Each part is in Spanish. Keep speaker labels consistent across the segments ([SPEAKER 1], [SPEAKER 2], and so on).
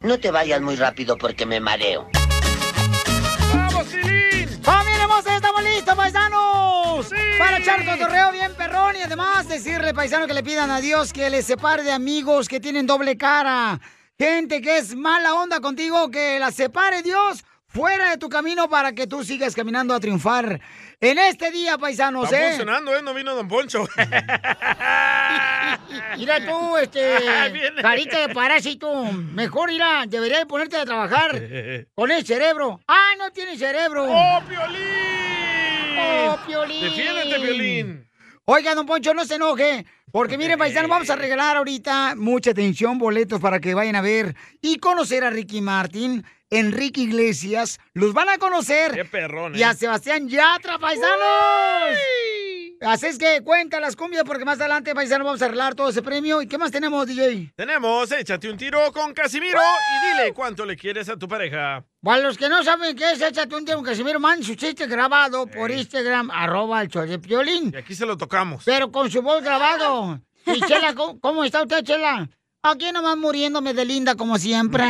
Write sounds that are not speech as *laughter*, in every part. [SPEAKER 1] No te vayas muy rápido porque me mareo.
[SPEAKER 2] ¡Vamos,
[SPEAKER 3] *laughs*
[SPEAKER 2] Silín!
[SPEAKER 3] ¡Familia hermosa! ¡Estamos listos, paisanos! Para echar cotorreo bien perrón y además decirle, paisano, que le pidan a Dios que les separe de amigos que tienen doble cara. Gente que es mala onda contigo, que la separe Dios fuera de tu camino para que tú sigas caminando a triunfar en este día, paisanos,
[SPEAKER 2] Está
[SPEAKER 3] ¿eh?
[SPEAKER 2] funcionando, ¿eh? No vino Don Poncho. *laughs*
[SPEAKER 3] Mira
[SPEAKER 2] *laughs*
[SPEAKER 3] tú, este,
[SPEAKER 2] Ah, Viene.
[SPEAKER 3] carita de parásito. Mejor irá, debería de ponerte a trabajar
[SPEAKER 2] *laughs*
[SPEAKER 3] con el cerebro. ¡Ah, no tiene cerebro!
[SPEAKER 2] ¡Oh, Piolín!
[SPEAKER 3] ¡Oh, Piolín!
[SPEAKER 2] Defiéndete, Piolín.
[SPEAKER 3] Oiga, don Poncho, no se enoje. Porque miren, paisano, vamos
[SPEAKER 2] Eh.
[SPEAKER 3] a regalar ahorita, mucha atención, boletos para que vayan a ver y conocer a Ricky Martin, Enrique Iglesias. Los van a conocer.
[SPEAKER 2] Qué perrón,
[SPEAKER 3] Y a
[SPEAKER 2] ¿eh?
[SPEAKER 3] Sebastián Yatra, paisanos. Así es que cuenta las cumbias porque más adelante, paisano, vamos a arreglar todo ese premio. ¿Y qué más tenemos, DJ?
[SPEAKER 2] Tenemos Échate un tiro con Casimiro y dile cuánto le quieres a tu pareja.
[SPEAKER 3] Para los que no saben qué es, échate un tiempo, Casimiro, manden su chiste grabado por Instagram, arroba el show de Piolín.
[SPEAKER 2] Y aquí se lo tocamos.
[SPEAKER 3] Pero con su voz grabado. Y Chela, ¿cómo, cómo está usted, Chela? Aquí nomás muriéndome de linda
[SPEAKER 2] *laughs*
[SPEAKER 3] como siempre.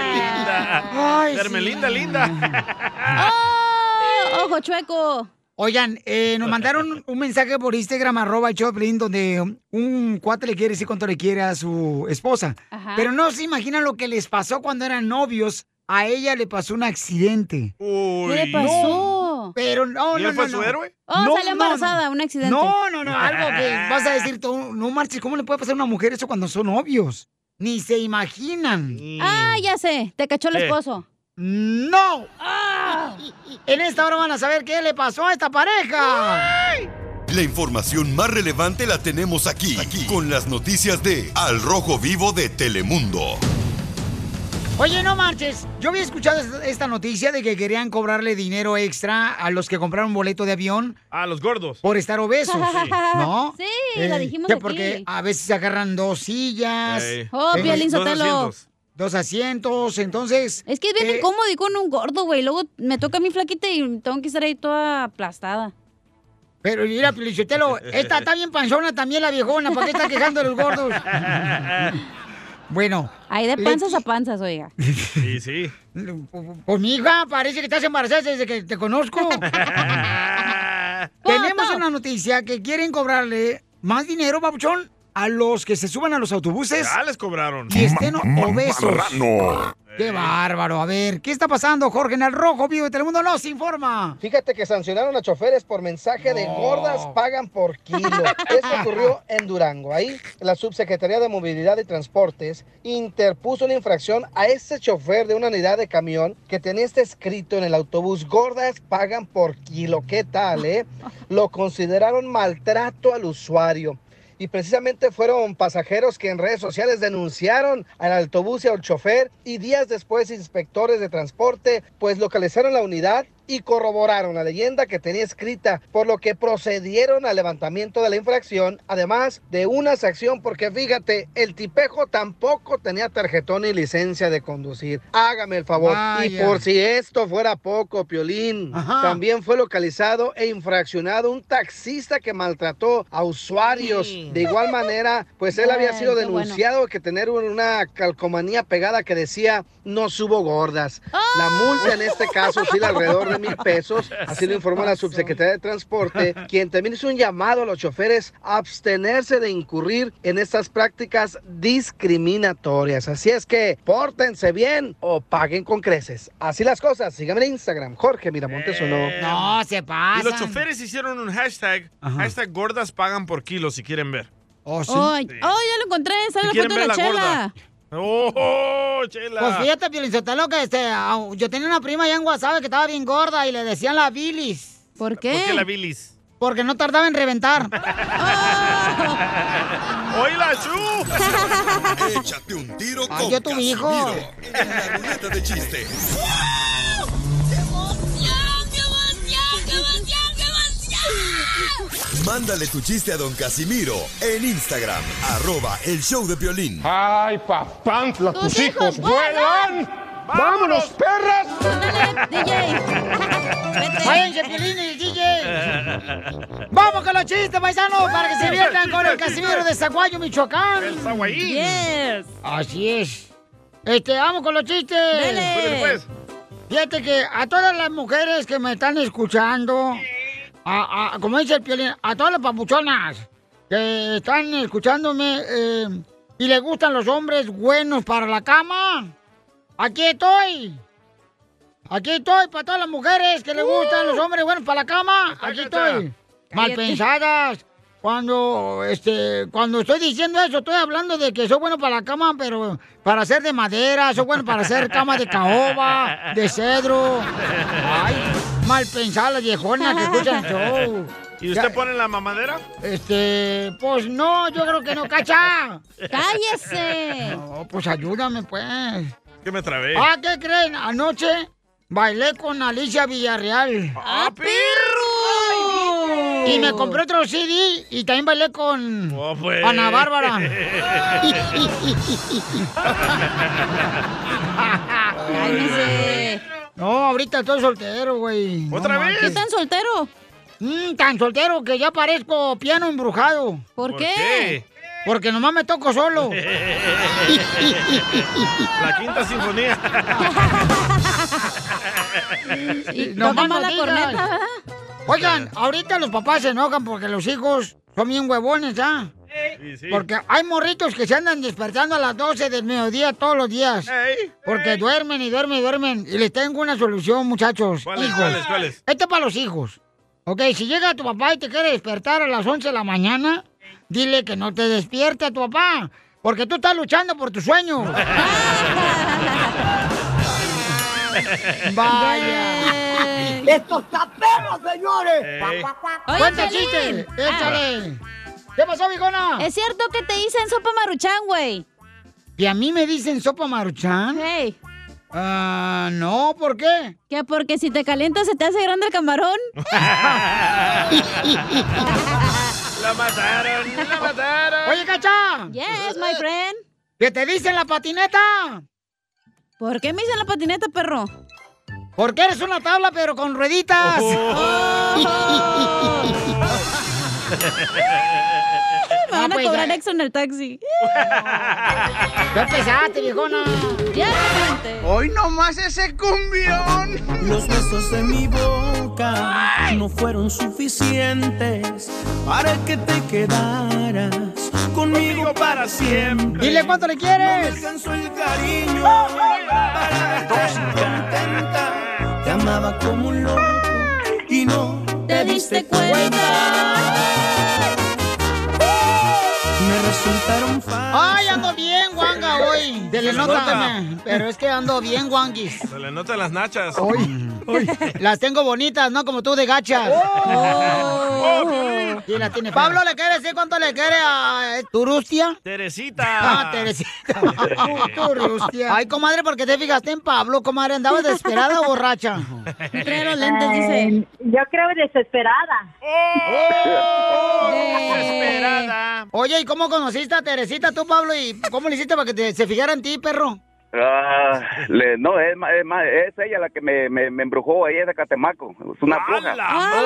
[SPEAKER 3] Ay, sí.
[SPEAKER 2] Hermelinda, linda. *laughs*
[SPEAKER 4] ¡Oh! ¡Ojo chueco!
[SPEAKER 3] Oigan, eh, nos
[SPEAKER 4] *laughs*
[SPEAKER 3] mandaron un mensaje por Instagram, arroba el Choplin, donde un cuate le quiere decir cuánto le quiere a su esposa.
[SPEAKER 4] Ajá.
[SPEAKER 3] Pero no se imaginan lo que les pasó cuando eran novios. A ella le pasó un accidente.
[SPEAKER 2] Uy.
[SPEAKER 4] ¿Qué le pasó?
[SPEAKER 3] Pero no,
[SPEAKER 2] ¿Y
[SPEAKER 3] no,
[SPEAKER 2] él
[SPEAKER 3] no.
[SPEAKER 2] fue
[SPEAKER 3] no.
[SPEAKER 2] su héroe?
[SPEAKER 4] Oh,
[SPEAKER 3] No,
[SPEAKER 4] salió
[SPEAKER 3] no,
[SPEAKER 4] embarazada,
[SPEAKER 3] no.
[SPEAKER 4] un accidente.
[SPEAKER 3] No, no, no, algo
[SPEAKER 4] *laughs*
[SPEAKER 3] que vas a decir tú, no marches, ¿cómo le puede pasar a una mujer eso cuando son novios? Ni se imaginan.
[SPEAKER 4] Ah, ya sé, te cachó el
[SPEAKER 2] ¿Qué?
[SPEAKER 4] esposo. Ah.
[SPEAKER 3] ¡No! En esta hora van a saber qué le pasó a esta pareja.
[SPEAKER 5] La información más relevante la tenemos aquí, aquí, con las noticias de Al Rojo Vivo de Telemundo.
[SPEAKER 3] Oye, no marches. Yo había escuchado es- esta noticia de que querían cobrarle dinero extra a los que compraron boleto de avión
[SPEAKER 2] A los gordos.
[SPEAKER 3] por estar obesos, ¿no? Eh,
[SPEAKER 4] Sí, la dijimos
[SPEAKER 3] que
[SPEAKER 4] aquí.
[SPEAKER 3] Porque a veces se agarran dos sillas, eh,
[SPEAKER 2] Ey.
[SPEAKER 4] Oh,
[SPEAKER 2] Dos-
[SPEAKER 4] Piolín
[SPEAKER 2] dos
[SPEAKER 4] Sotelo.
[SPEAKER 2] asientos.
[SPEAKER 3] dos asientos, entonces...
[SPEAKER 4] Es que es bien
[SPEAKER 3] eh,
[SPEAKER 4] incómodo ir con un gordo, güey. Luego me toca a mí flaquita y tengo que estar ahí toda aplastada.
[SPEAKER 3] Pero
[SPEAKER 2] *laughs*
[SPEAKER 3] mira, Felicitelo, esta está bien panzona también la viejona, ¿para qué está quejando a los
[SPEAKER 2] *laughs*
[SPEAKER 3] gordos? Bueno,
[SPEAKER 4] Ahí de
[SPEAKER 3] Le-
[SPEAKER 4] panzas a panzas, oiga.
[SPEAKER 2] Sí, *laughs* sí.
[SPEAKER 3] pues mi hija parece que estás embarazada desde que te
[SPEAKER 2] *laughs*
[SPEAKER 3] conozco. *laughs* Tenemos
[SPEAKER 4] Foto.
[SPEAKER 3] una noticia que quieren cobrarle más dinero, babuchón, a los que se suban a los autobuses
[SPEAKER 2] Ya les cobraron.
[SPEAKER 3] y estén obesos. ¡Qué bárbaro! A ver, ¿qué está pasando, Jorge? En el rojo vivo de Telemundo nos informa.
[SPEAKER 6] Fíjate que sancionaron a choferes por mensaje de gordas pagan por kilo. Eso ocurrió en Durango. Ahí la Subsecretaría de Movilidad y Transportes interpuso una infracción a este chofer de una unidad de camión que tenía este escrito en el autobús, gordas pagan por kilo. ¿Qué tal, eh? Lo consideraron maltrato al usuario. Y precisamente fueron pasajeros que en redes sociales denunciaron al autobús y al chofer y días después inspectores de transporte pues localizaron la unidad y corroboraron la leyenda que tenía escrita, por lo que procedieron al levantamiento de la infracción, además de una sanción porque fíjate, el tipejo tampoco tenía tarjetón ni licencia de conducir. Hágame el favor. Y
[SPEAKER 3] Vaya.
[SPEAKER 6] por si esto fuera poco, Piolín,
[SPEAKER 3] Ajá.
[SPEAKER 6] también también fue localizado e infraccionado un taxista que maltrató a usuarios. De igual manera, pues él había
[SPEAKER 4] Ay,
[SPEAKER 6] sido
[SPEAKER 4] qué bueno.
[SPEAKER 6] denunciado que tener una calcomanía pegada que decía no subo gordas. La
[SPEAKER 4] ¡Oh!
[SPEAKER 6] multa en este caso oscila alrededor de mil pesos, así lo informó la subsecretaria de Transporte, quien también hizo un llamado a los choferes a abstenerse de incurrir en estas prácticas discriminatorias. Así es que pórtense bien o paguen con creces. Así las cosas. Síganme en Instagram, Jorge Miramontes uno.
[SPEAKER 2] Eh,
[SPEAKER 3] No, se pasa.
[SPEAKER 2] Y los choferes hicieron un hashtag.
[SPEAKER 3] Ajá.
[SPEAKER 2] Hashtag gordas pagan por kilo si quieren ver.
[SPEAKER 3] Oh, sí.
[SPEAKER 4] Ay, oh, ya lo encontré, sale
[SPEAKER 2] Si
[SPEAKER 4] la
[SPEAKER 2] quieren
[SPEAKER 4] foto de
[SPEAKER 2] ver la
[SPEAKER 4] la chela.
[SPEAKER 2] gorda. ¡Oh, chela!
[SPEAKER 3] Pues fíjate, Piolinsotelo, que este, au- yo tenía una prima allá en WhatsApp que estaba bien gorda y le decían la bilis.
[SPEAKER 4] ¿Por
[SPEAKER 2] ¿Por qué la
[SPEAKER 4] qué?
[SPEAKER 2] bilis?
[SPEAKER 3] Porque no tardaba
[SPEAKER 2] *laughs*
[SPEAKER 3] en reventar.
[SPEAKER 2] ¡Oíla, Chu!
[SPEAKER 5] Échate un tiro
[SPEAKER 3] Ay,
[SPEAKER 5] con
[SPEAKER 3] yo tu hijo.
[SPEAKER 5] Casimiro en la ruleta de chistes. Mándale tu chiste a don Casimiro en Instagram, arroba el show de violín.
[SPEAKER 7] ¡Ay, papantla!
[SPEAKER 4] ¡Tus ¡Tus hijos hijos vuelan!
[SPEAKER 7] ¡Vámonos, perras!
[SPEAKER 4] Ándale, DJ. Vete.
[SPEAKER 3] ¡Váyanse, Piolín y el DJ!
[SPEAKER 2] *laughs*
[SPEAKER 3] ¡Vamos con los chistes, paisanos! Para que se diviertan con el Casimiro de Zaguayo, Michoacán.
[SPEAKER 2] ¡El saguayín!
[SPEAKER 4] Yes.
[SPEAKER 3] Así es. Este, vamos con los chistes.
[SPEAKER 4] Dele. Pues, pues.
[SPEAKER 3] Fíjate que a todas las mujeres que me están escuchando, a- a- como dice el piolín, a todas las papuchonas que están escuchándome eh, y les gustan los hombres buenos para la cama, aquí estoy. Aquí estoy para todas las mujeres que les gustan los hombres buenos para la cama. Aquí estoy. Mal pensadas. Cuando, este, cuando estoy diciendo eso, estoy hablando de que soy bueno para la cama, pero para hacer de madera, soy bueno para hacer cama de caoba, de cedro. Ay, mal pensadas las viejonas que escuchan el show.
[SPEAKER 2] *laughs* ¿Y usted
[SPEAKER 3] Ya,
[SPEAKER 2] pone la mamadera?
[SPEAKER 3] Este, pues no, yo creo que no, cacha.
[SPEAKER 4] ¡Cállese!
[SPEAKER 3] No, pues ayúdame, pues.
[SPEAKER 2] Que me trabé.
[SPEAKER 3] Ah, ¿qué creen? Anoche bailé con Alicia Villarreal.
[SPEAKER 2] ¡Ah,
[SPEAKER 4] perro!
[SPEAKER 3] Y me compré otro CD y también bailé con
[SPEAKER 8] pues.
[SPEAKER 2] Pues. *laughs*
[SPEAKER 3] Ana Bárbara.
[SPEAKER 4] Cálmese.
[SPEAKER 3] No, ahorita estoy soltero, güey.
[SPEAKER 2] ¿Otra
[SPEAKER 3] No
[SPEAKER 2] vez?
[SPEAKER 4] ¿Qué
[SPEAKER 3] manches.
[SPEAKER 4] tan soltero?
[SPEAKER 3] Mm, tan soltero que ya parezco piano embrujado.
[SPEAKER 4] ¿Por,
[SPEAKER 2] ¿Por
[SPEAKER 4] qué?
[SPEAKER 2] qué?
[SPEAKER 3] Porque nomás me toco solo.
[SPEAKER 2] La quinta sinfonía.
[SPEAKER 4] Y
[SPEAKER 3] No
[SPEAKER 4] toca
[SPEAKER 3] más no
[SPEAKER 4] mal la
[SPEAKER 3] digas.
[SPEAKER 4] corneta, ¿verdad?
[SPEAKER 3] *laughs* Oigan, ahorita los papás se enojan porque los hijos son bien huevones, ¿ya?
[SPEAKER 2] Sí, sí.
[SPEAKER 3] Porque hay morritos que se andan despertando a las 12 del mediodía todos los días.
[SPEAKER 2] Ey,
[SPEAKER 3] Porque
[SPEAKER 2] ey.
[SPEAKER 3] duermen y duermen y duermen. Y les tengo una solución, muchachos.
[SPEAKER 2] ¿Cuáles,
[SPEAKER 3] hijos.
[SPEAKER 2] cuáles, cuáles?
[SPEAKER 3] Este es para los hijos. Ok, si llega tu papá y te quiere despertar a las 11 de la mañana, dile que no te despierte a tu papá. Porque tú estás luchando por tu *laughs* sueño. *laughs* Vaya. Eh.
[SPEAKER 8] ¡Esto está perro, señores!
[SPEAKER 2] Ey.
[SPEAKER 4] Oye,
[SPEAKER 3] Cuenta
[SPEAKER 4] Piolín.
[SPEAKER 3] chiste. Échale. ¿Qué pasó,
[SPEAKER 4] Ah,
[SPEAKER 3] Vigona?
[SPEAKER 4] Es cierto que te dicen sopa maruchan, güey.
[SPEAKER 3] ¿Y a mí me dicen sopa maruchan?
[SPEAKER 4] Hey,
[SPEAKER 3] Ah, no, ¿por qué?
[SPEAKER 4] que porque si te calientas se te hace grande el camarón.
[SPEAKER 2] La mataron, la mataron.
[SPEAKER 3] *laughs* Oye, cacha.
[SPEAKER 4] Yes, my friend.
[SPEAKER 3] ¿Qué te dicen la patineta?
[SPEAKER 4] ¿Por qué me dicen la patineta, perro?
[SPEAKER 3] Porque eres una tabla, pero con rueditas. *laughs*
[SPEAKER 4] *laughs* Me van
[SPEAKER 3] Ah,
[SPEAKER 4] a
[SPEAKER 3] pues,
[SPEAKER 4] cobrar
[SPEAKER 3] ya.
[SPEAKER 4] extra en el *laughs* taxi.
[SPEAKER 3] Ya empezaste, viejona.
[SPEAKER 4] Ya, gente.
[SPEAKER 6] ¡Hoy nomás ese cumbión!
[SPEAKER 9] Los besos de mi boca no fueron suficientes para que te quedaras conmigo para siempre.
[SPEAKER 3] Dile cuánto le
[SPEAKER 9] No me
[SPEAKER 3] quieres.
[SPEAKER 9] alcanzó el cariño para verte así contenta. Te amaba como un loco y no
[SPEAKER 4] Te diste cuenta.
[SPEAKER 9] me resultaron fáciles.
[SPEAKER 3] Ay, ando bien, guanga, hoy. Ah, Se le nota, me- pero es que ando bien, guanguis.
[SPEAKER 2] Se le notan las nachas.
[SPEAKER 3] Las tengo bonitas, no como tú de gachas.
[SPEAKER 4] Oh.
[SPEAKER 3] Sí, las tiene. Pablo, ¿le quiere decir cuánto le quiere a eh, Turustia?
[SPEAKER 2] Teresita.
[SPEAKER 3] Ah, Teresita. Turustia. Ay, comadre, ¿por qué te fijaste en Pablo, comadre? ¿Andaba desesperada o
[SPEAKER 10] *laughs*
[SPEAKER 3] borracha?
[SPEAKER 4] Trae los lentes, dice.
[SPEAKER 10] Eh, Yo creo desesperada.
[SPEAKER 2] ¡Oh!
[SPEAKER 4] Eh.
[SPEAKER 2] Desesperada.
[SPEAKER 3] Oye, ¿y cómo conociste a Teresita tú, Pablo? ¿Y cómo le hiciste para que te- se fijara en ti, perro?
[SPEAKER 11] Ah, le- no, es, ma- es, ma- es ella la que me, me, me embrujó, ella es de Catemaco, es una bruja.
[SPEAKER 2] ¡Hala!
[SPEAKER 3] Ah,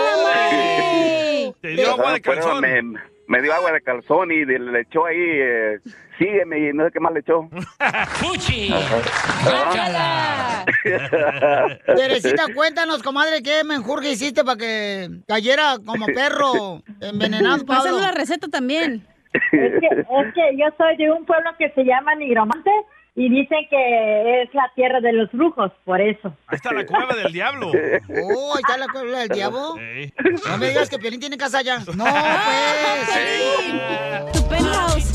[SPEAKER 4] ¡Ay!
[SPEAKER 2] Te dio agua de
[SPEAKER 11] Pero
[SPEAKER 2] calzón.
[SPEAKER 11] Me, me dio agua de calzón y de- le echó ahí, eh, sígueme y no sé qué más le echó.
[SPEAKER 2] *laughs*
[SPEAKER 3] Teresita, cuéntanos, comadre, ¿qué menjurga hiciste para que cayera como perro envenenado,
[SPEAKER 4] Pásale
[SPEAKER 3] Pablo?
[SPEAKER 4] la receta también.
[SPEAKER 10] Es que, es que yo soy de un pueblo que se llama Nigromante y dicen que es la tierra de los brujos, por eso.
[SPEAKER 2] Ahí está la cueva del diablo.
[SPEAKER 3] Oh, ahí está la cuerda del diablo.
[SPEAKER 2] Ey.
[SPEAKER 3] No me digas que Piolín tiene casa allá.
[SPEAKER 2] *laughs*
[SPEAKER 3] No, pues.
[SPEAKER 4] Tu penthouse.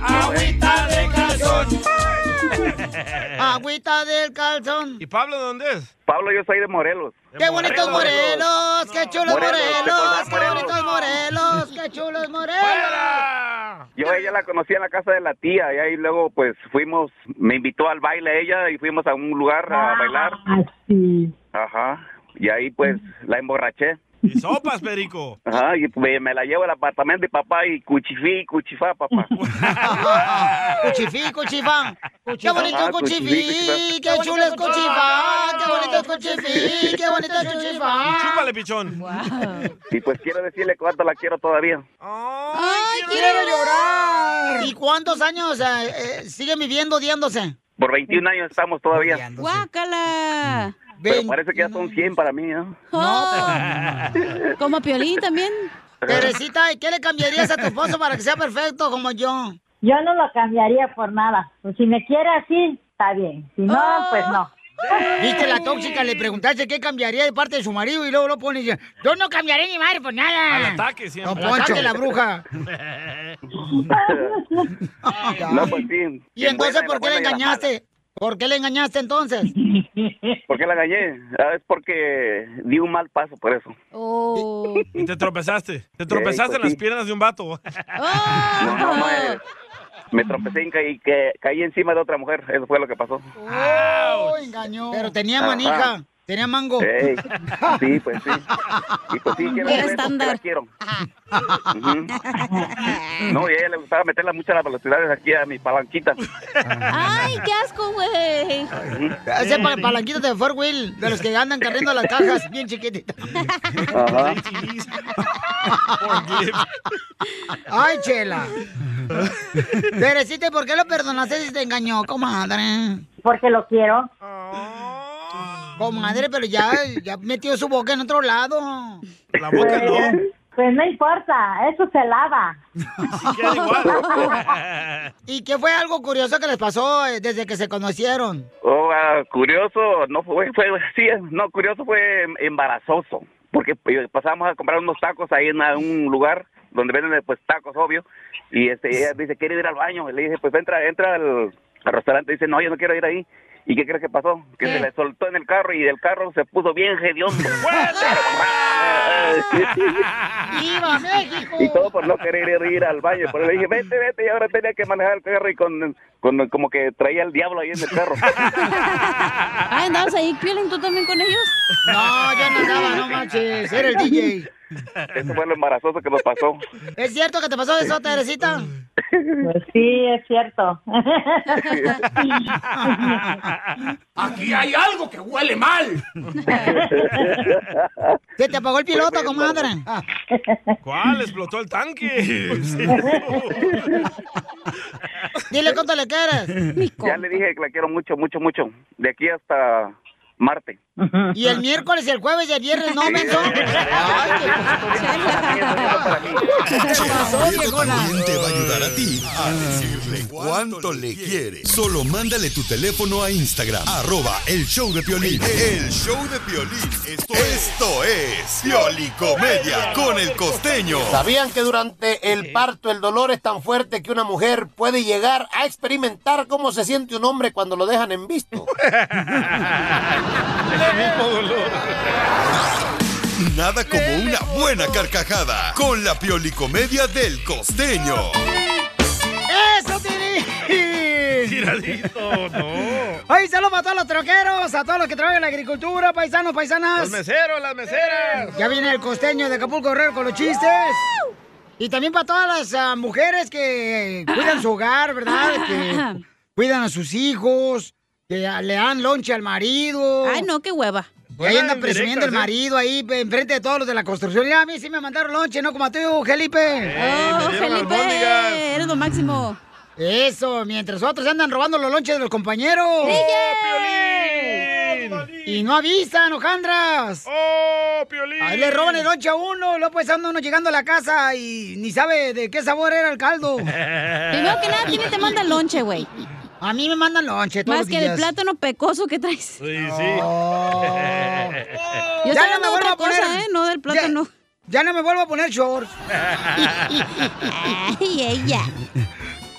[SPEAKER 2] Agüita de calzón.
[SPEAKER 3] Agüita del calzón.
[SPEAKER 2] Ah, ¿Y Pablo dónde es?
[SPEAKER 11] Pablo, yo soy de Morelos.
[SPEAKER 3] Qué bonitos Morelos, qué chulos
[SPEAKER 11] Morelos,
[SPEAKER 3] Morelos,
[SPEAKER 11] ¿qué
[SPEAKER 3] qué
[SPEAKER 11] pasa,
[SPEAKER 3] bonitos Morelos, qué chulos Morelos.
[SPEAKER 2] ¡Fuera!
[SPEAKER 11] Yo a ella la conocí en la casa de la tía y ahí luego pues fuimos, me invitó al baile ella y fuimos a un lugar a bailar.
[SPEAKER 10] Ah, sí.
[SPEAKER 11] Ajá. Y ahí pues la emborraché.
[SPEAKER 2] Y sopas, Perico.
[SPEAKER 11] Ajá, y pues, me, me la llevo al apartamento de papá y cuchifí, cuchifá,
[SPEAKER 2] *laughs*
[SPEAKER 11] papá.
[SPEAKER 3] Cuchifí, cuchifá. Qué bonito
[SPEAKER 11] Ah,
[SPEAKER 3] cuchifí,
[SPEAKER 11] cuchifí,
[SPEAKER 3] qué chulo es cuchifá, qué bonito es cuchifí, qué bonito es cuchifá.
[SPEAKER 2] Chúpale, pichón.
[SPEAKER 11] Y pues quiero decirle cuánto la quiero todavía.
[SPEAKER 3] ¡Ay, quiero llorar! ¿Y cuántos años eh, eh, siguen viviendo odiándose?
[SPEAKER 11] Por 21 años estamos todavía.
[SPEAKER 4] ¡Guácala!
[SPEAKER 11] Pero parece que ya son 100 para mí,
[SPEAKER 2] *laughs*
[SPEAKER 11] ¿no?
[SPEAKER 4] No, como Piolín también.
[SPEAKER 3] Teresita, ¿y qué le cambiarías a tu esposo para que sea perfecto como yo?
[SPEAKER 10] Yo no lo cambiaría por nada. Pues si me quiere así, está bien. Si no,
[SPEAKER 12] Ah.
[SPEAKER 10] pues no.
[SPEAKER 3] Viste la tóxica, le preguntaste qué cambiaría de parte de su marido y luego lo pone y dice, yo no cambiaré ni madre por nada.
[SPEAKER 2] Al ataque siempre.
[SPEAKER 3] No, ponche la bruja.
[SPEAKER 11] no, pues sí.
[SPEAKER 3] ¿Y entonces por qué le engañaste? ¿Por qué le engañaste entonces?
[SPEAKER 11] *laughs* ¿Por qué la engañé? Ah, Es porque di un mal paso por eso.
[SPEAKER 2] Y te tropezaste. Te tropezaste
[SPEAKER 11] pues
[SPEAKER 2] en las
[SPEAKER 11] sí.
[SPEAKER 2] piernas de un vato.
[SPEAKER 11] No, no, no, eh, me tropecé y caí, que, caí encima de otra mujer. Eso fue lo que pasó.
[SPEAKER 3] Oh, engañó. Pero tenía manija,
[SPEAKER 11] Ajá.
[SPEAKER 3] tenía mango.
[SPEAKER 11] Ey, sí, pues sí. Y pues sí,
[SPEAKER 3] Era
[SPEAKER 11] quiero decirle, pues, que la
[SPEAKER 3] estándar.
[SPEAKER 11] quiero. Ujú. No, y a ella le gustaba meterla mucho a las velocidades aquí a mi palanquita.
[SPEAKER 4] ¡Ay, qué asco, güey!
[SPEAKER 3] Ese pa- palanquito de Fort Will, de los que andan carriendo las cajas bien chiquititas.
[SPEAKER 11] Ajá.
[SPEAKER 3] *laughs* Ay, chela. Teresita, ¿por qué lo perdonaste si te engañó, comadre?
[SPEAKER 10] Porque lo quiero. Ah.
[SPEAKER 3] Comadre, pero ya, ya metió su boca en otro lado.
[SPEAKER 2] La
[SPEAKER 10] boca no. Pues no importa, eso se lava.
[SPEAKER 3] *laughs* ¿Y qué fue algo curioso que les pasó eh, desde que se conocieron?
[SPEAKER 11] Oh, ah, curioso, no fue, fue, sí, no, curioso fue embarazoso, porque pues, pasamos a comprar unos tacos ahí en un lugar donde venden pues tacos, obvio, y este, ella dice, quiere ir al baño, y le dije, pues entra, entra al, al restaurante, dice, no, yo no quiero ir ahí, ¿y qué crees que pasó? Que se le soltó en el carro y del carro se puso bien hediondo.
[SPEAKER 3] ¡Viva México!
[SPEAKER 11] Y todo por no querer ir al baño. Por eso le dije, vete, vete. Y ahora tenía que manejar el carro y con, con- como que traía al diablo ahí en el carro.
[SPEAKER 4] Ay, Ah, andabas ahí, Piolín, ¿tú también con ellos?
[SPEAKER 3] No, yo no andaba, no manches, era el DJ.
[SPEAKER 11] Eso fue lo embarazoso que nos pasó.
[SPEAKER 3] ¿Es cierto que te pasó
[SPEAKER 10] *laughs*
[SPEAKER 3] eso, Teresita?
[SPEAKER 10] Pues sí, es cierto. *laughs*
[SPEAKER 7] Aquí hay algo que huele mal.
[SPEAKER 3] *laughs* ¿Se te apagó el
[SPEAKER 11] Pues,
[SPEAKER 3] piloto, comadre?
[SPEAKER 2] ¿Cuál? Explotó el tanque. Sí.
[SPEAKER 3] *laughs* Dile cuánto le quieres.
[SPEAKER 11] Ya le dije que la quiero mucho, mucho, mucho. De aquí hasta Marte.
[SPEAKER 3] Y el miércoles, y el jueves y el viernes, no,
[SPEAKER 11] *laughs*
[SPEAKER 3] menso.
[SPEAKER 5] Chela Prieto también te va a ayudar a ti a decirle cuánto le quieres. Solo mándale tu teléfono a Instagram, arroba el show de Piolín. El show de Piolín. Esto, esto es Piolicomedia con el costeño.
[SPEAKER 13] ¿Sabían que durante el parto el dolor es tan fuerte que una mujer puede llegar a experimentar cómo se siente un hombre cuando lo dejan en visto?
[SPEAKER 5] Nada como una buena carcajada con la Piolicomedia del costeño.
[SPEAKER 3] ¡Eso, Tiri!
[SPEAKER 2] Tiradito, no.
[SPEAKER 3] Ay, saludos para todos los troqueros, a todos los que trabajan en la agricultura, paisanos, paisanas.
[SPEAKER 2] Los meseros, las meseras.
[SPEAKER 3] Ya viene el costeño de Acapulco Herrero con los chistes. Y también para todas las ah, mujeres que cuidan su hogar, ¿verdad? Que
[SPEAKER 4] *coughs*
[SPEAKER 3] cuidan a sus hijos, que ah, le dan lonche al marido.
[SPEAKER 4] Ay, no, qué hueva.
[SPEAKER 3] Y ahí anda presumiendo el marido ahí pe- enfrente de todos los de la construcción. Mira, a mí sí me mandaron lonche, no como a ti, Felipe.
[SPEAKER 2] Eh,
[SPEAKER 4] ¡Oh, Felipe! Eres lo máximo.
[SPEAKER 3] Eso, mientras otros andan robando los lonches de los compañeros.
[SPEAKER 4] ¡Oh,
[SPEAKER 3] Y no avisan, hojandras.
[SPEAKER 2] ¡Oh, Piolín!
[SPEAKER 3] Ahí le roban el lonche a uno, y luego pues anda uno llegando a la casa y ni sabe de qué sabor era el caldo.
[SPEAKER 4] *laughs* Primero que nada, ¿quién te manda el lonche, güey?
[SPEAKER 3] A mí me mandan lonche todos
[SPEAKER 4] Más
[SPEAKER 3] los
[SPEAKER 4] que el
[SPEAKER 3] días.
[SPEAKER 4] plátano pecoso que traes.
[SPEAKER 2] Sí, sí.
[SPEAKER 4] Yo
[SPEAKER 3] Ya no
[SPEAKER 4] estoy
[SPEAKER 3] me
[SPEAKER 4] hablando de
[SPEAKER 3] vuelvo
[SPEAKER 4] otra
[SPEAKER 3] a poner.
[SPEAKER 4] cosa, ¿eh? No del plátano.
[SPEAKER 3] Ya, no me vuelvo a poner shorts.
[SPEAKER 4] Ay, ella.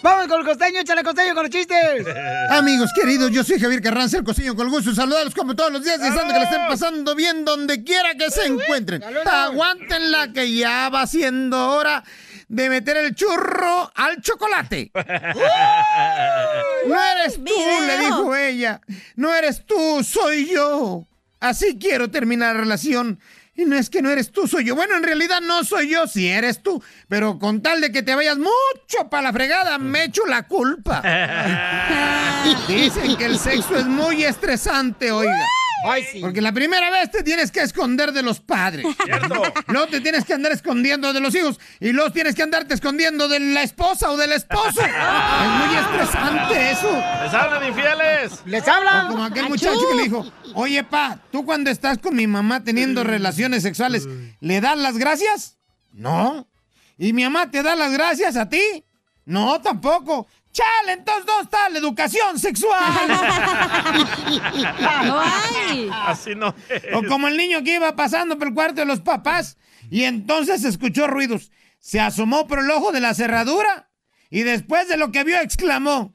[SPEAKER 3] Vamos con el costeño, échale costeño con los chistes.
[SPEAKER 14] *laughs* Amigos queridos, yo soy Javier Carranza, el costeño con el gusto de saludarlos como todos los días, deseando que la estén pasando bien donde quiera que se encuentren. Aguántenla que ya va siendo hora de meter el churro al chocolate. No eres tú, le dijo ella. No eres tú, soy yo. Así quiero terminar la relación. Y no es que no eres tú, soy yo. Bueno, en realidad no soy yo, si eres tú. Pero con tal de que te vayas mucho para la fregada, me echo la culpa. Dicen que el sexo es muy estresante, oiga. Porque la primera vez te tienes que esconder de los padres. Luego te tienes que andar escondiendo de los hijos. Y luego tienes que andarte escondiendo de la esposa o del esposo. es muy estresante eso.
[SPEAKER 2] ¡Les hablan infieles!
[SPEAKER 14] ¡Les hablan! como aquel muchacho que le dijo, oye, pa, tú cuando estás con mi mamá teniendo relaciones sexuales, ¿le das las gracias? No. ¿Y mi mamá te da las gracias a ti? No, tampoco. Chale, entonces, ¿dónde está la educación sexual?
[SPEAKER 2] No hay. Así no es. *laughs*
[SPEAKER 14] O como el niño que iba pasando por el cuarto de los papás y entonces escuchó ruidos. Se asomó por el ojo de la cerradura y después de lo que vio exclamó.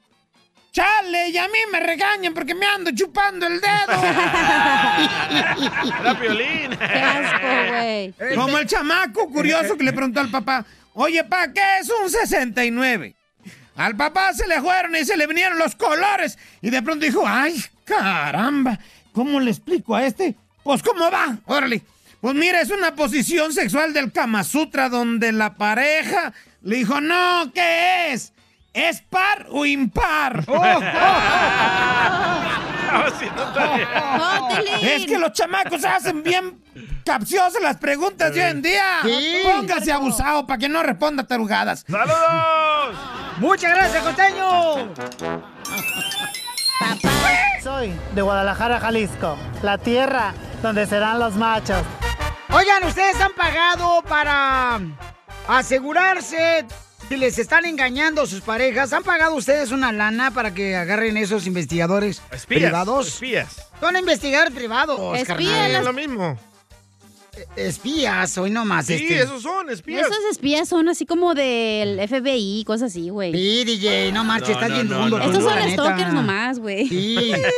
[SPEAKER 14] Chale, y a mí me regañan porque me ando chupando el *laughs* dedo.
[SPEAKER 2] Era Piolín.
[SPEAKER 14] Qué asco, Como el chamaco curioso que le preguntó al papá, oye, pa, ¿qué es un 69? Al papá se le fueron y se le vinieron los colores. Y de pronto dijo, ay, caramba, ¿cómo le explico a este? Pues, ¿cómo va? Órale. Pues mira, es una posición sexual del Kama Sutra donde la pareja le dijo, no, ¿qué es? ¿Es par o impar? Oh, Es que los chamacos hacen bien capciosas las preguntas de hoy en día.
[SPEAKER 2] Sí.
[SPEAKER 14] Póngase abusado para que no responda tarugadas.
[SPEAKER 2] ¡Saludos!
[SPEAKER 14] ¡Muchas gracias, Costeño!
[SPEAKER 15] Soy de Guadalajara, Jalisco, la tierra donde serán los machos.
[SPEAKER 3] Oigan, ustedes han pagado para asegurarse si les están engañando sus parejas. ¿Han pagado ustedes una lana para que agarren esos investigadores
[SPEAKER 2] Espías,
[SPEAKER 3] privados?
[SPEAKER 2] Espías.
[SPEAKER 3] Son investigadores privados,
[SPEAKER 2] Espías.
[SPEAKER 3] carnal. Eh,
[SPEAKER 2] Es lo mismo.
[SPEAKER 3] Espías, hoy nomás.
[SPEAKER 2] *laughs* Sí,
[SPEAKER 3] este.
[SPEAKER 2] esos son espías.
[SPEAKER 4] Esos espías son así como del FBI, cosas así, güey.
[SPEAKER 3] Sí, DJ, no marches, estás bien
[SPEAKER 2] no,
[SPEAKER 3] dundo.
[SPEAKER 2] no,
[SPEAKER 4] Estos
[SPEAKER 2] no,
[SPEAKER 4] son
[SPEAKER 2] la neta.
[SPEAKER 4] stalkers nomás, güey.
[SPEAKER 3] Sí.
[SPEAKER 2] *laughs*